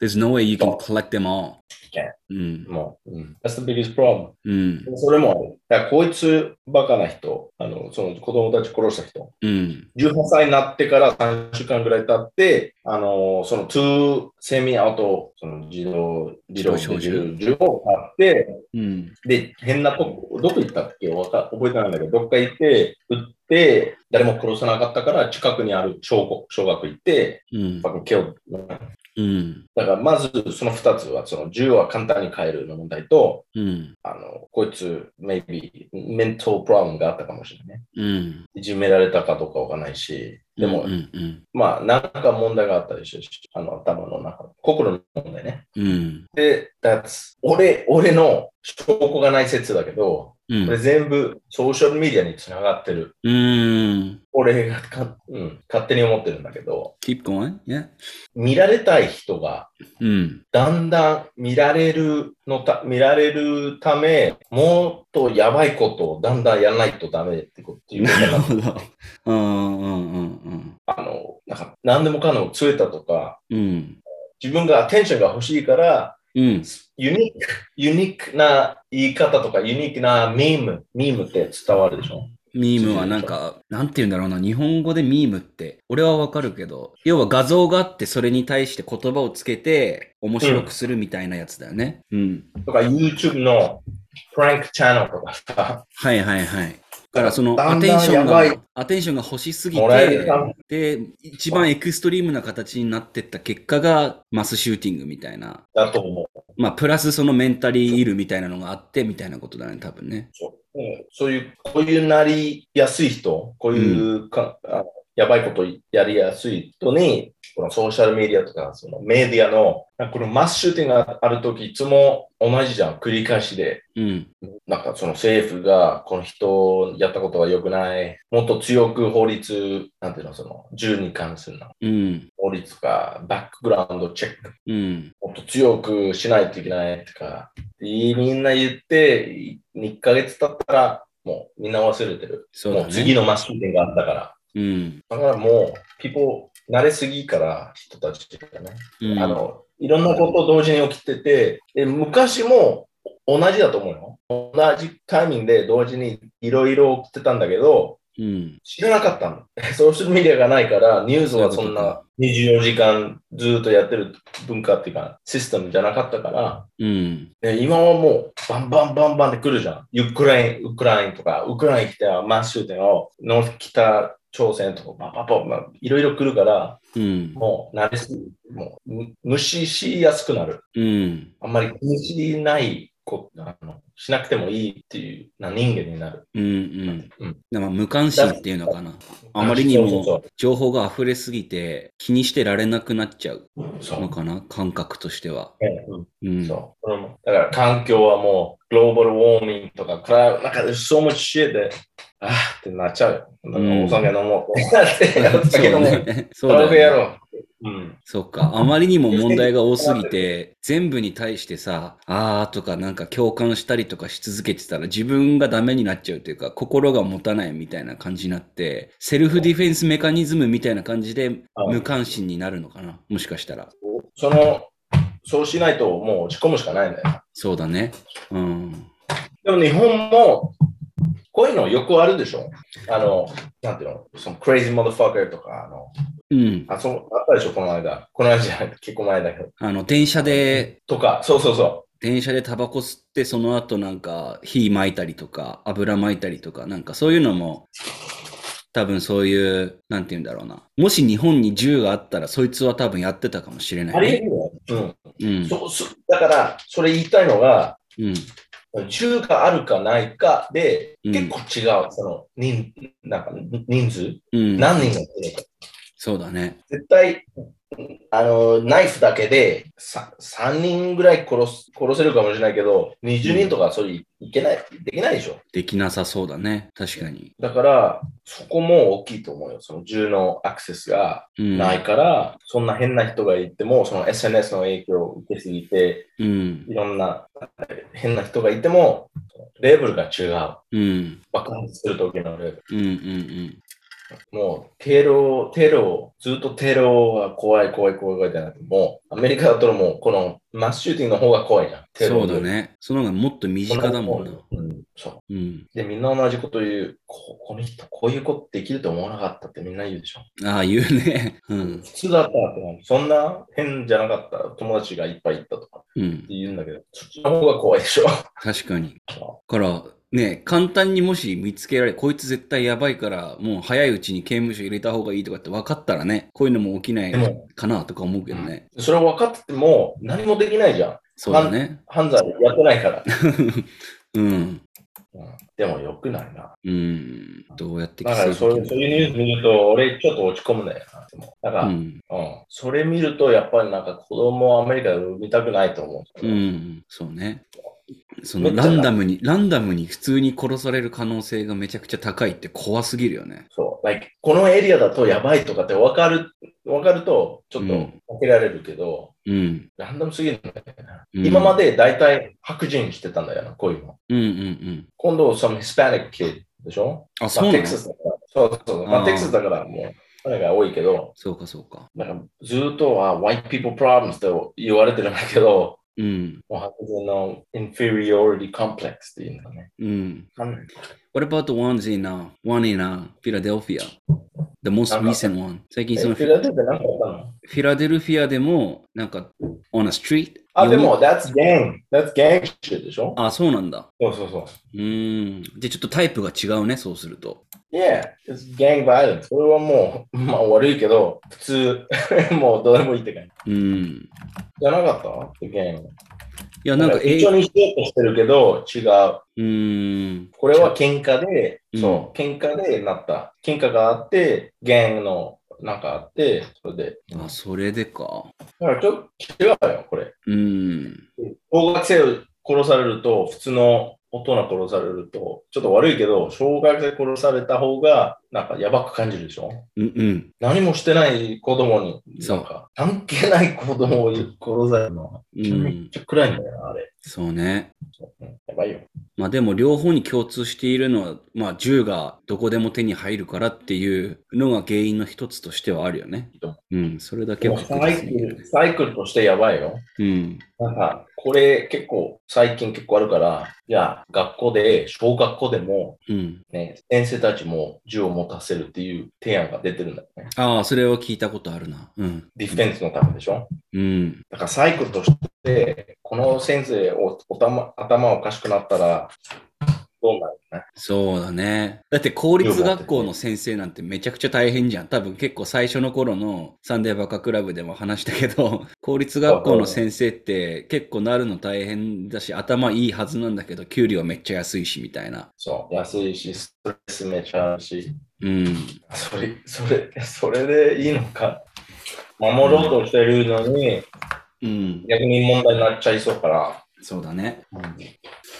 there's no way you can collect them all. Yeah. うん。もう、うん、That's the biggest problem. うん。それもある。だからこいつバカな人、あのその子供たち殺した人、うん。 18歳になってから3週間ぐらい経って、あのその2セミアウト、その自動、自動自動小銃銃を買って、うん。で、変なとこ、どこ行ったっけわか覚えてないんだけど、どっか行って、撃って、誰も殺さなかったから、近くにある小学小学行って、うんバ。カ蹴るうん。だから、まずその2つは、その銃は簡単に買えるの問題と、うん。あの、こいつ、maybe、メンタルプロブムがあったかもしれないね。うん。いじめられたかどうかわかんないし、でも、うん。うんまあ、なんか問題があったでしょうし、あの、頭の中、心の問題ね。うん。で、that's、俺、俺の証拠がない説だけど、うんこれ全部ソーシャルメディアにつながってる。うん。俺がか、うん、勝手に思ってるんだけど、 Keep going. Yeah. 見られたい人が、うん。だんだん見られるのた、見られるため、もっとやばいことをだんだんやらないとダメってこということなだるなほど。うんうんうんあの、なんか、何でもかんでもつえたとか、うん。うん。自分がアテンションが欲しいから、うん。ユニーク、ユニークな言い方とか、ユニークなミーム、ミームって伝わるでしょミームはなんか、なんて言うんだろうな、日本語でミームって、俺はわかるけど、要は画像があって、それに対して言葉をつけて、面白くするみたいなやつだよね。うん。とか、YouTube のプランクチャンネルとかさ、はいはいはい。だからそのだアんテだんンションやばいが、アテンションが欲しすぎもらえるてか、で、一番エクストリームな形になってった結果が、マスシューティングみたいな。だと思う。まあ、プラスそのメンタリーイルみたいなのがあって、みたいなことだね、多分ね。そう,、そういう、こういうなりやすい人、こういうか、あのやばいことやりやすい人に、このソーシャルメディアとか、そのメディアの、なんかこのマスシューティングがあるとき、いつも同じじゃん、繰り返しで。うん。なんかその政府がこの人やったことは良くない、もっと強く法律、なんていうの、その銃に関するのうん。法律とか、バックグラウンドチェック、うん。もっと強くしないといけないとか、みんな言って、い1ヶ月経ったら、もうみんな忘れてる。そうもだう次ね。のマスシューティングがあったから。うん。だからもう、people、慣れすぎから、人たちがね。うんあの、いろんなこと同時に起きてて、で昔も同じだと思うよ。同じタイミングで同時にいろいろ起きてたんだけど、うん。知らなかったの。 ソーシャルメディアがないから、ニュースはそんな24時間ずっとやってる文化っていうか、システムじゃなかったから、うん。で今はもうバンバンバンバンって来るじゃん。ウクライン、ウクラインとか、ウクライン来たらマッシュでの、ノース北朝鮮とか、パパパパ、いろいろ来るから、うん。もう慣れすぎ、もうむ無視しやすくなる。うん。あんまり気にしないことあの、しなくてもいいっていうな人間になる。うんうん。だかうんら無関心っていうのかな。あまりにも情報が溢れすぎて気にしてられなくなっちゃうそうそうそうのかな、感覚としては。うんうん。そうこれもだから環境はもう、グローバルウォーミングとか、クラウなんか、so much shit で、あーってなっちゃうよ。だからうんお酒飲もう。お酒飲そもうう。ね。そカラオうケやだよねろう。うん。そっか。あまりにも問題が多すぎて、全部に対してさ、あーとかなんか共感したりとかし続けてたら自分がダメになっちゃうというか、心が持たないみたいな感じになって、セルフディフェンスメカニズムみたいな感じではい無関心になるのかな。もしかしたら。その、そうしないともう落ち込むしかないんだよ。そうだね。うん。でも日本も、こういうのよくあるでしょあの、なんていうのその crazy motherfucker とか、あの、うん。あ、そう、あったでしょこの間。この間じゃない、結構前だけど。あの、電車で、とか、そうそうそ電車でタバコ吸って、その後なんか火巻いたりとか、油巻いたりとか、なんかそういうのも、多分そういう、なんて言うんだろうな。もし日本に銃があったら、そいつは多分やってたかもしれう。ない、ありえね。るよ。うん。うん。そうそうだから、それ言いたいのが、うん。銃があるかないかで、うん結構違う、その、人、なんか、人数、うん。何人がいるのか。そうだね。絶対、あの、ナイフだけでさ3人ぐらい殺す殺せるかもしれないけど、20人とかそれいいけない、できないでしょ。できなさそうだね。確かに。だから、そこも大きいと思うよ。その銃のアクセスがうん。ないから、そんな変な人がいても、その SNS の影響を受けすぎて、うん。いろんなえ変な人がいても、レーブルが違う。うん。爆発する時のレベル。うん。うん。うん。もう、テロ、テロ、ずっとテロは怖い、怖い、怖い、怖いじゃなくて、もう、アメリカだともう、このマスシューティングの方が怖いじゃん。テロそうだ。ね。その方がもっと身近だもんな。うん、そうう。ん。で、みんな同じこと言う、ここの人、こういうことできると思わなかったってみんな言うでしょ。ああ、言うね。うん。普通だったって思う、そんな変じゃなかった、友達がいっぱいいたとかっうん。て言うんだけど、そっちの方が怖いでしょ。確かに。から、ね、簡単にもし見つけられ、こいつ絶対やばいから、もう早いうちに刑務所入れた方がいいとかって分かったらね、こういうのも起きなでいも、かなとか思うけどね。それを分かってても、何もできないじゃん。そうだね。犯罪やってないから。うん。うんでも、よくないな。うん。どうやってだからそういう、るそういうニュース見ると、俺ちょっと落ち込むんだよな。でもだから、ううん、ん。それ見ると、やっぱりなんか子供をアメリカで産みたくないと思う。うん。そうね。そめのっちゃランダムに、ランダムに普通に殺される可能性がめちゃくちゃ高いって怖すぎるよね。そう。Like このエリアだとやばいとかって分かる、分かると、ちょっと避けられるけど、うん。ランダムすぎるんだよね。うん今まで大体白人してたんだよな、こういうの。うんうんうん。今度、その Hispanic kid でしょあ、そまうあ、なテのキサスだから。そうそう。まああ、ーテキサスだからもう、彼が多いけど、そうかそうか。なんかずっとは white people problems って言われてるんだけど、うん。もう白人の inferiority complex っていうんだね。うん。What about the ones in uh, one in uh, Philadelphia? The most なんか recent one. 最え近そのフフィィラデルフィアなんかあったのフィラデルフィアでもなんか on a street? あ、で夜も、that's gang. That's gang shit でしょあ、そうなんだ。そうそうそう。うーん。で、ちょっとタイプが違うね、そうすると。 Yeah, it's gang violence. これはもう、まあ悪いけど、普通、 もうどうでもいいって感じ。うん。じゃなかった ?the gang. いや、なんか、え一緒にしようとしてるけど、違う。うーん。これは喧嘩で、うんそう、喧嘩でなった。喧嘩があって、gang のなんかあって、それで。あ、それでか。だからちょっと違うよ、これ。うーん。小学生を殺されると、普通の大人殺されると、ちょっと悪いけど、小学生殺された方が、なんかやばく感じるでしょうんうん。何もしてない子供に、そうなんか、関係ない子供を殺されるのは、うんめっちゃ暗いんだよな、あれ。そうね。うんやばいよ。まあでも両方に共通しているのは、まあ銃がどこでも手に入るからっていうのが原因の一つとしてはあるよね。うん、それだけでもは確サイ実クに言えるル、サイクルとしてやばいよ。うん。なんか、これ結構、最近結構あるから、いや、学校で、小学校でも、うん。ね、先生たちも銃を持たせるっていう提案が出てるんだよね。ああ、それは聞いたことあるな。うん。ディフェンスのためでしょうん。だからサイクルとして、この先生おおた、ま、頭おかしくなったら、どうなるのね。そうだね。だって公立学校の先生なんてめちゃくちゃ大変じゃん。多分結構最初の頃のサンデーバカクラブでも話したけど、 公立学校の先生って結構なるの大変だし、頭いいはずなんだけど、給料めっちゃ安いしみたいな。そう、安いし、ストレスめちゃあるし、うん。それ、それ、それでいいのか。守ろうとしてるのに、うん。逆に問題になっちゃいそうから、そうだね。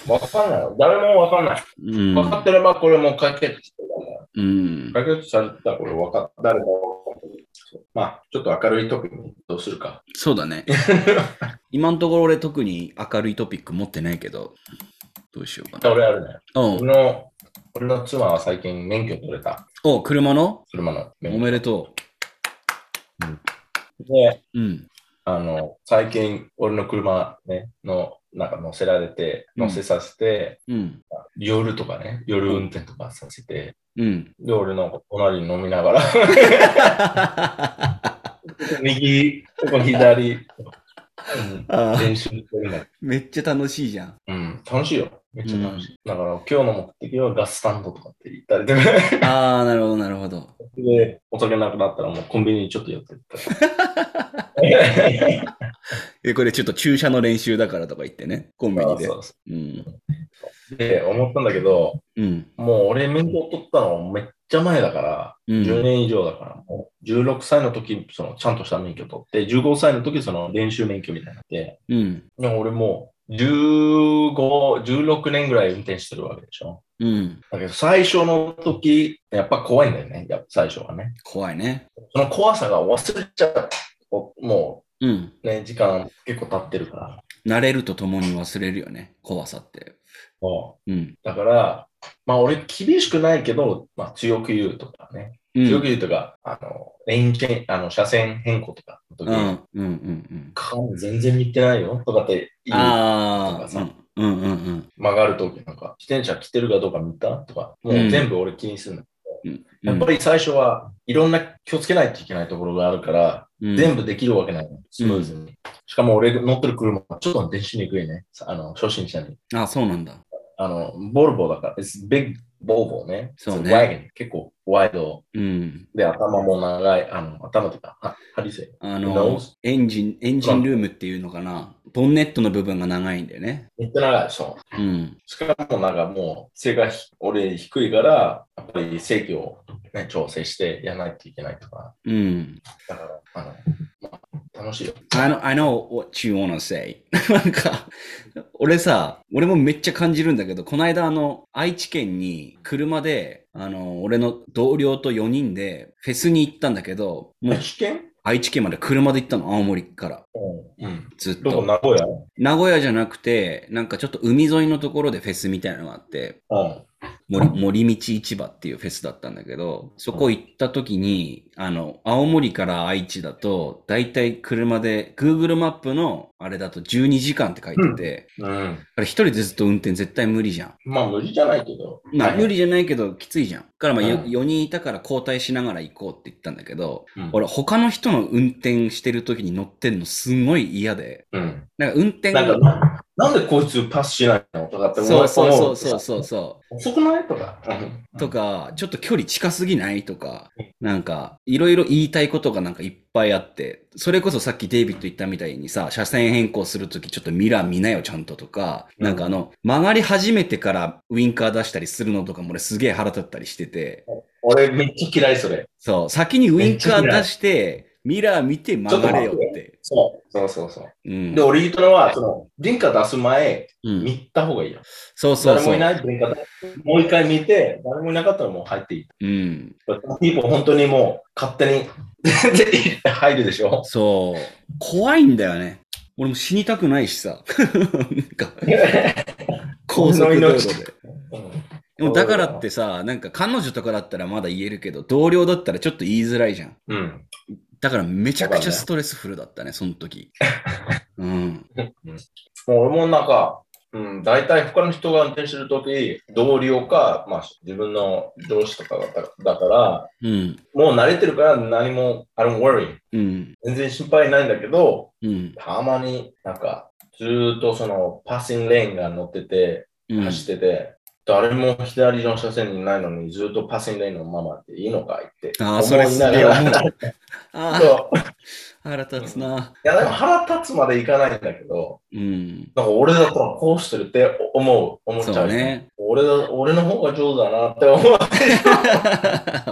わかんない。誰もわかんない。うん。分かってればこれも解決してるうん。解決されてたらこれわか誰もわかんない。そうまあ、ちょっと明るいトピックにどうするか。そうだ ね。今のところ俺特に明るいトピック持ってないけど、どうしようかな。俺あるね。うん俺。の、俺の妻は最近免許取れた。お、車の車のお免許。めでとで、う。うん。あの、最近、俺の車、ね、の、なんか乗せられて、うん乗せさせて、うん。夜とかね、夜運転とかさせて、 うん。で、俺の隣に飲みながら、 右、ここ左、うんあー練習してるね。めっちゃ楽しいじゃん。うん、楽しいよ。めっちゃ楽しい。だから、今日の目的はガススタンドとかって言ったりとか、 ああ、なるほど、なるほど。で、お酒なくなったらもうコンビニにちょっと寄っ てった。え、これちょっと注射の練習だからとか言ってね、コンビそニうで。そうそうん。うで、思ったんだけど、うん。もう俺免許取ったのめっちゃ前だから、う10ん。年以上だから、もう16歳の時、そのちゃんとした免許取って、15歳の時、その練習免許みたいになって、うん。でも俺もう15、16年ぐらい運転してるわけでしょ。うん。だけど最初の時、やっぱ怖いんだよね、やっぱ最初はね。怖いね。その怖さが忘れちゃう。おもうん。うね、時間結構経ってるから。慣れるとともに忘れるよね、怖さって。もうん。うだから、まあ俺厳しくないけど、まあ強く言うとかね。うん。強く言うとか、あの、レインチェン、あの、車線変更とかの時うん。うに、ん。うん。うん。カーブ全然見てないよとかって言う。ああ。うん。うん。うん。曲がる時なんか、自転車来てるかどうか見たとか、もう全部俺気にするの。うん。やっぱり最初はいろんな気をつけないといけないところがあるから、り全部。部できるわけないの。スムーズに。しかも俺が乗ってる車はちょっと電子にくいね。さあの、初心者に。あ、そうなんだ。あの、ボルボだから、it's big ボルボね。そうね It's a wagon 結構ワイド。うん。で、頭も長い。あの、頭とか、は、ハリセあの Nose？、エンジン、エンジンルームっていうのかな。ボンネットの部分が長いんだよね。めっちゃ長い。そう。うん。しかもなんかもう、背がひ俺低いから、やっぱり制御を、ね、調整してやらないといけないとか。うん。だから、あの、まあ、楽しいよ。 I know, I know what you wanna say. なんか、俺さ、俺もめっちゃ感じるんだけど、この間あの、愛知県に車で、あの、俺の同僚と4人でフェスに行ったんだけど、もう危険愛知県まで車で行ったの、青森から。うん。ずっ。どこと名古屋名古屋じゃなくて、なんかちょっと海沿いのところでフェスみたいなのがあって、うん。森森道市場っていうフェスだったんだけど、そこ行った時に、あの、青森から愛知だと、だいたい車で、Google マップのあれだと12時間って書いてて、うん。あれ一人でずっと運転絶対無理じゃん。まあ、無理じゃないけど。まあ無理。理じゃないけどきついじゃん。だからまあうん4人いたから交代しながら行こうって言ったんだけど、うん俺他の人の運転してる時に乗ってんのすんごい嫌で、うん。なんか運転ながんか、ななんでこいつパスしないのとかって思そうそうそうそうそう。うそ遅くないとか。う。とか、ちょっと距離近すぎないとか、なんか、いろいろ言いたいことがなんかいっぱいあって、それこそさっきデイビッド言ったみたいにさ、車線変更するときちょっとミラー見なよちゃんととか、うんなんかあの、曲がり始めてからウインカー出したりするのとかも俺すげえ腹立ったりしてて、俺めっちゃ嫌い、それ。そう、先にウインカー出して、ミラー見て曲がれよって。そう。そうそうそう。うんで、。俺言ったのは、その、電化出す前、うん見た方がいいよ。そうそう誰もそ。いうない電化出すもう一回見て、誰もいなかったらもう入っていい。うん。 people 本当にもう、勝手に入るでしょ。 そう。怖いんだよね。俺も死にたくないしさ。 なんか高速道路で。うんでもだからってさ、なんか彼女とかだったらまだ言えるけど、同僚だったらちょっと言いづらいじゃん。うん。だからめちゃくちゃストレスフルだったね、その時。うん。もう俺もなんか、うん、大体他の人が運転してるとき、同僚か、まあ、自分の上司とかだっただから、うん。もう慣れてるから何も、I don't worry。うん。全然心配ないんだけど、うん。たまになんか、ずーっとそのパッシングレーンが乗ってて、うん。走ってて、誰も左の車線にいないのに、ずーっとパッシングレーンのままでいいのかいって。ああ、それ思いすなげがえら思う。ああ、 そう。い腹立つな。や、でも腹立つまでいかないんだけど、うん。なんか俺だったらこうしてるって思う、思っちゃう。そうね。俺だ俺の方が上手だなって思う。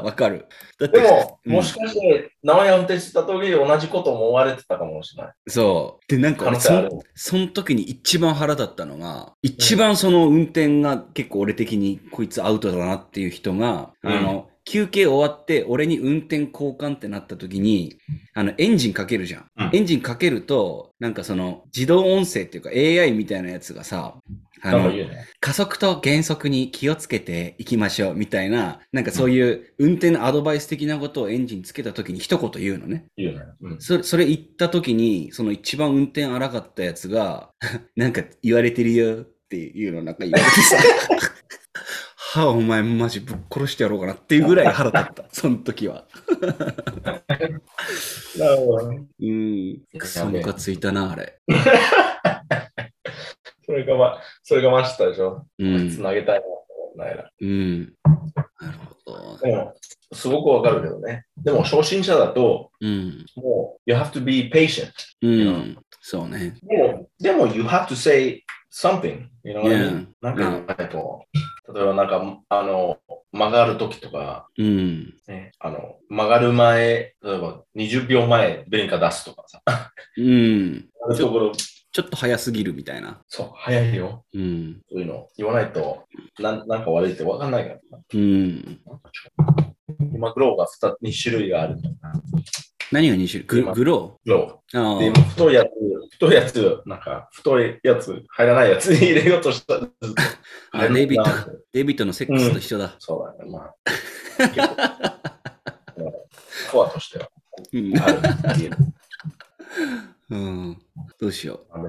わかる。だってでも、うんもしかして、名前を運転してた時同じことも思われてたかもしれない。そう。で、なんか可俺能性そあんる。その時に一番腹立ったのが、一番その運転が結構俺的にこいつアウトだなっていう人が、うんあの、休憩終わって、俺に運転交換ってなった時に、あの、エンジンかけるじゃん。うんエンジンかけると、なんかその、自動音声っていうか AI みたいなやつがさ、あなんかの、言うね。加速と減速に気をつけていきましょうみたいな、なんかそういう運転のアドバイス的なことをエンジンつけた時に一言言うのね。言うね。うん。それ、それ言った時に、その一番運転荒かったやつが、 なんか言われてるよっていうのなんか言われてさ、はあ、お前マジぶっ殺してやろうかなっていうぐらい腹立った、その時は。なるほどね。うん。くそムカついたな、あれ。それがま、それがましたでしょ。うつん。なげたいなと思うないな。うん。なるほど。でも、すごくわかるけどね。でも、初心者だと、うん。もう、you have to be patient. うん。そうね。でも、でも、you have to say something. You know what I Yeah. mean? なんか言わないと、例えばなんか、あの、曲がるときとか、うん。ね、あの、曲がる前、例えば20秒前、ベンカ出すとかさ。うん。そういうところ、ちょっと早すぎるみたいな。そう、早いよ。うん。そういうの言わないと、なんなんか悪いってわかんないから。うん。今、グローが 2, 2種類があるんだな。何が2種類ググログローあー。あで、今、太いやつ、太いやつ、なんか、太いやつ、入らないやつに入れようとした。ずっとあレビット入らないデイビッドのセックスと一緒だ。そうだね、まあ。 結構うんコアとしては、うん。あるっていう。うん。どうしよう。あの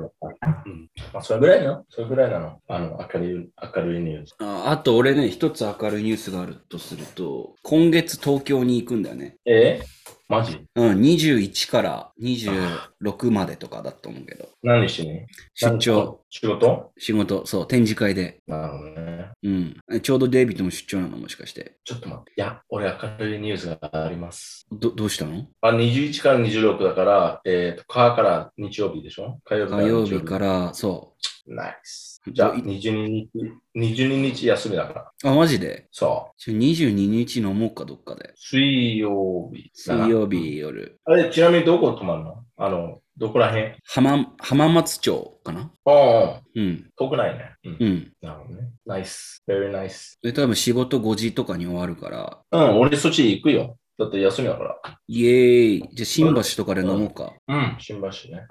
うんまあ、それぐらいなのそれぐらいなのあの、明るい、明るいニュース。ああと俺ね、一つ明るいニュースがあるとすると、今月東京に行くんだよね。えーマジうん、21から26までとかだと思うけど。何しに出張、。仕事仕事、そう、展示会で。なるほどね。うん。ちょうどデイビッドも出張なの、もしかして。ちょっと待って。いや、俺明るいニュースがあります。ど、どうしたのあ、21から26だから、えっ、と、火から日曜日でしょ火曜日か火ら日曜曜日。日から、そナイス。じゃあ、22日、22日休みだから。う。あ、マジでそう。ちょ ?22 日飲もうか、どっかで。水曜日だな。水曜日夜。あれ、ちなみにどこ泊まるのあの、どこら辺あ浜、浜松町かなあ、うん。遠くないね。うん。うん。なるほどね。ナイス。very nice。で、多分仕事5時とかに終わるから、うん、俺そっち行くよ。だって休みだから。イエーイ。じゃあ、新橋とかで飲もうか。うん。新橋ね。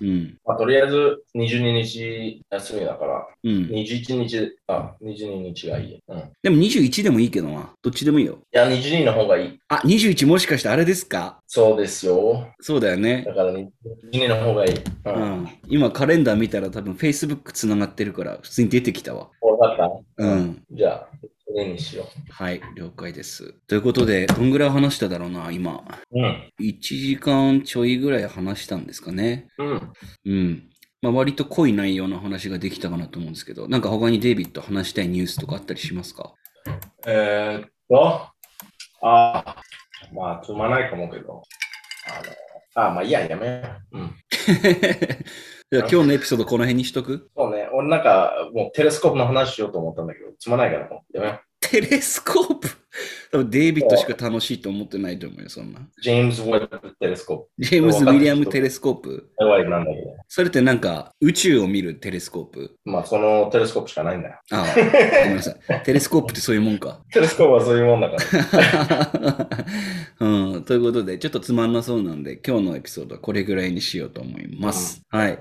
うん。まあ、とりあえず、22日休みだから、うん。 21日、あ、22日がいい。うん。いでも21でもいいけどな。どっちでもいいよ。や、22の方がいい。あ、21もしかしてあれですかそうですよ。そうだよね。だから、22の方がいい。う。うんん。今カレンダー見たら多分 Facebook つながってるから普通に出てきたわ。わかっうたん。じゃあ、それにしよはい、了解です。ということで、どんぐらい話しただろうな、今。う。うん。 1時間ちょいぐらい話したんですかね。うん。うん。まあ割と濃い内容の話ができたかなと思うんですけど、なんか他にデイビッド話したいニュースとかあったりしますか えー、っと、あーまあ、つまないかもけど。あの、あー、まあ、いいや、やめよう。うん。じゃあ今日のエピソードこの辺にしとくそうね、俺なんか、もうテレスコープの話しようと思ったんだけど、つまないからもう、やめよう。テレスコープ多分デイビッドしか楽しいと思ってないと思うよ、そんな。ジェームズ・ウェブ・テレスコープ。ジェームズ・ウィリアム・テレスコープ。やばいなんだけど。それってなんか宇宙を見るテレスコープ。まあ、そのテレスコープしかないんだよ。ああ、ごめんなさい。テレスコープってそういうもんか。 テレスコープはそういうもん だから。うん、ということで、ちょっとつまんなそうなんで、今日のエピソードはこれぐらいにしようと思います。はい。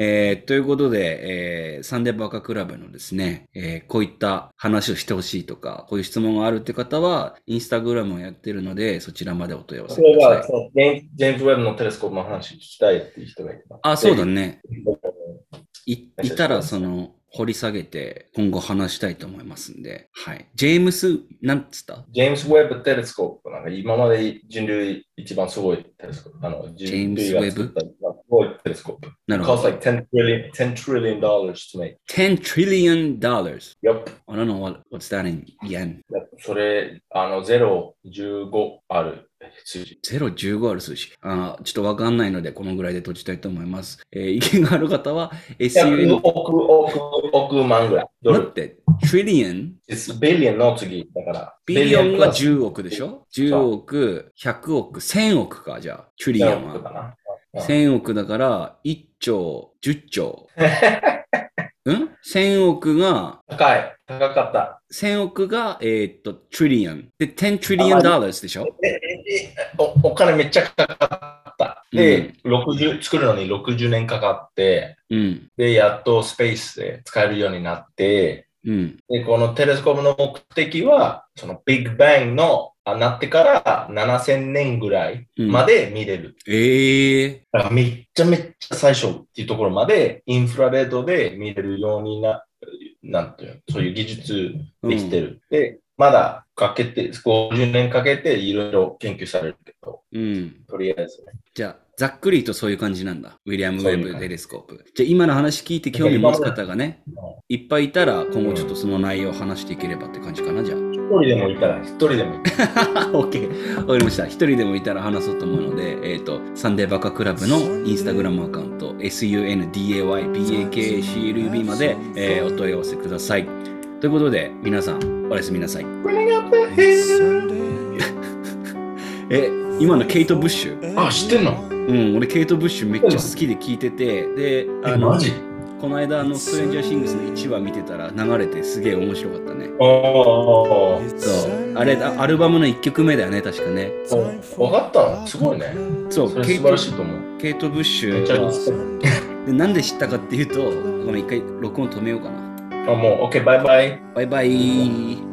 えーということで、えーサンデーバカクラブのですね、えーこういった話をしてほしいとか、こういう質問があるって方は、インスタグラムをやってるので、そちらまでお問い合わせそくだれさいが、。そのジェームジェームズ・ウェブのテレスコープの話聞きたいっていう人がいた。あ、そうだね。でいいたら、その、掘り下げて、今後話したいと思いますんで、はい。ジェームス、なんつったジェームズ・ウェブ・テレスコープ、なんか今まで人類一番すごいテレスコープ。あのジェームズウェブ人類が作ったすごいテレスコープ。なるほど。Cost like 10 trillion, 10 trillion dollars to make. 10 trillion dollars. Yup. I don't know what, what's that in yen. それ、あの、0、15ある数字。 0、15ある数字。あーちょっとわかんないので、このぐらいで閉じたいと思います。えー意見がある方は、 100 SUN。億、億、億万ぐらい。ド待っル。て、trillion? It's billion の次。だから、ビリオン billion が plus 10億でしょ ?10 億、100億、1000億か、じゃあ、トゥリ1000オン億は。かな。 1000億だから、1兆、10兆。ん ?1000 億が、高い。高かった。 1000億が、えーっと、トリリオン。で、10 trillion dollars でしょえええおお金めっちゃかかった。で、60作るのに60年かかって、うん。で、やっとスペースで使えるようになって、うん。で、このテレスコープの目的は、そのビッグバンの、あなってから7000年ぐらいうん、まで見れる。ええだからめっちゃめっちゃ最初っていうところまでインフラレードで見れるようにな、なんていうのそういう技術できてる。で、まだかけて、50年かけていろいろ研究されるけど、うん。とりあえずね。じゃあ、ざっくりとそういう感じなんだ。ウィリアム・ウそういェう感ブ・じテレスコープ。じゃあ、今の話聞いて興味持つ方がね、いっぱいいたら、今後ちょっとその内容を話していければって感じかな、じゃあ。一人でもいたら、一人でもいたら。 オッケー。わかりました。一人でもいたら話そうと思うので、えっ、と、サンデーバカクラブのインスタグラムアカウント、sundaybakclub まで、えーお問い合わせください。ということで、皆さん、おやすみなさい。え、今のケイト・ブッシュあ、知ってんのうん、俺ケイト・ブッシュめっちゃ好きで聞いてて、で、え、あの、マジこの間、あの、ストレンジャー・シングスの1話見てたら流れてすげえ面白かったね。ああ。そう、あれ、あアルバムの1曲目だよね、確かね。分かったのすごいね。そ、そうれケイ素晴トら・しいと思う。ケイトブッシめっュちゃはリスペクでなんで知ったかっていうと、ごめん、一回録音止めようかな。トあ、もう、OK、バイバイ。バイバイ。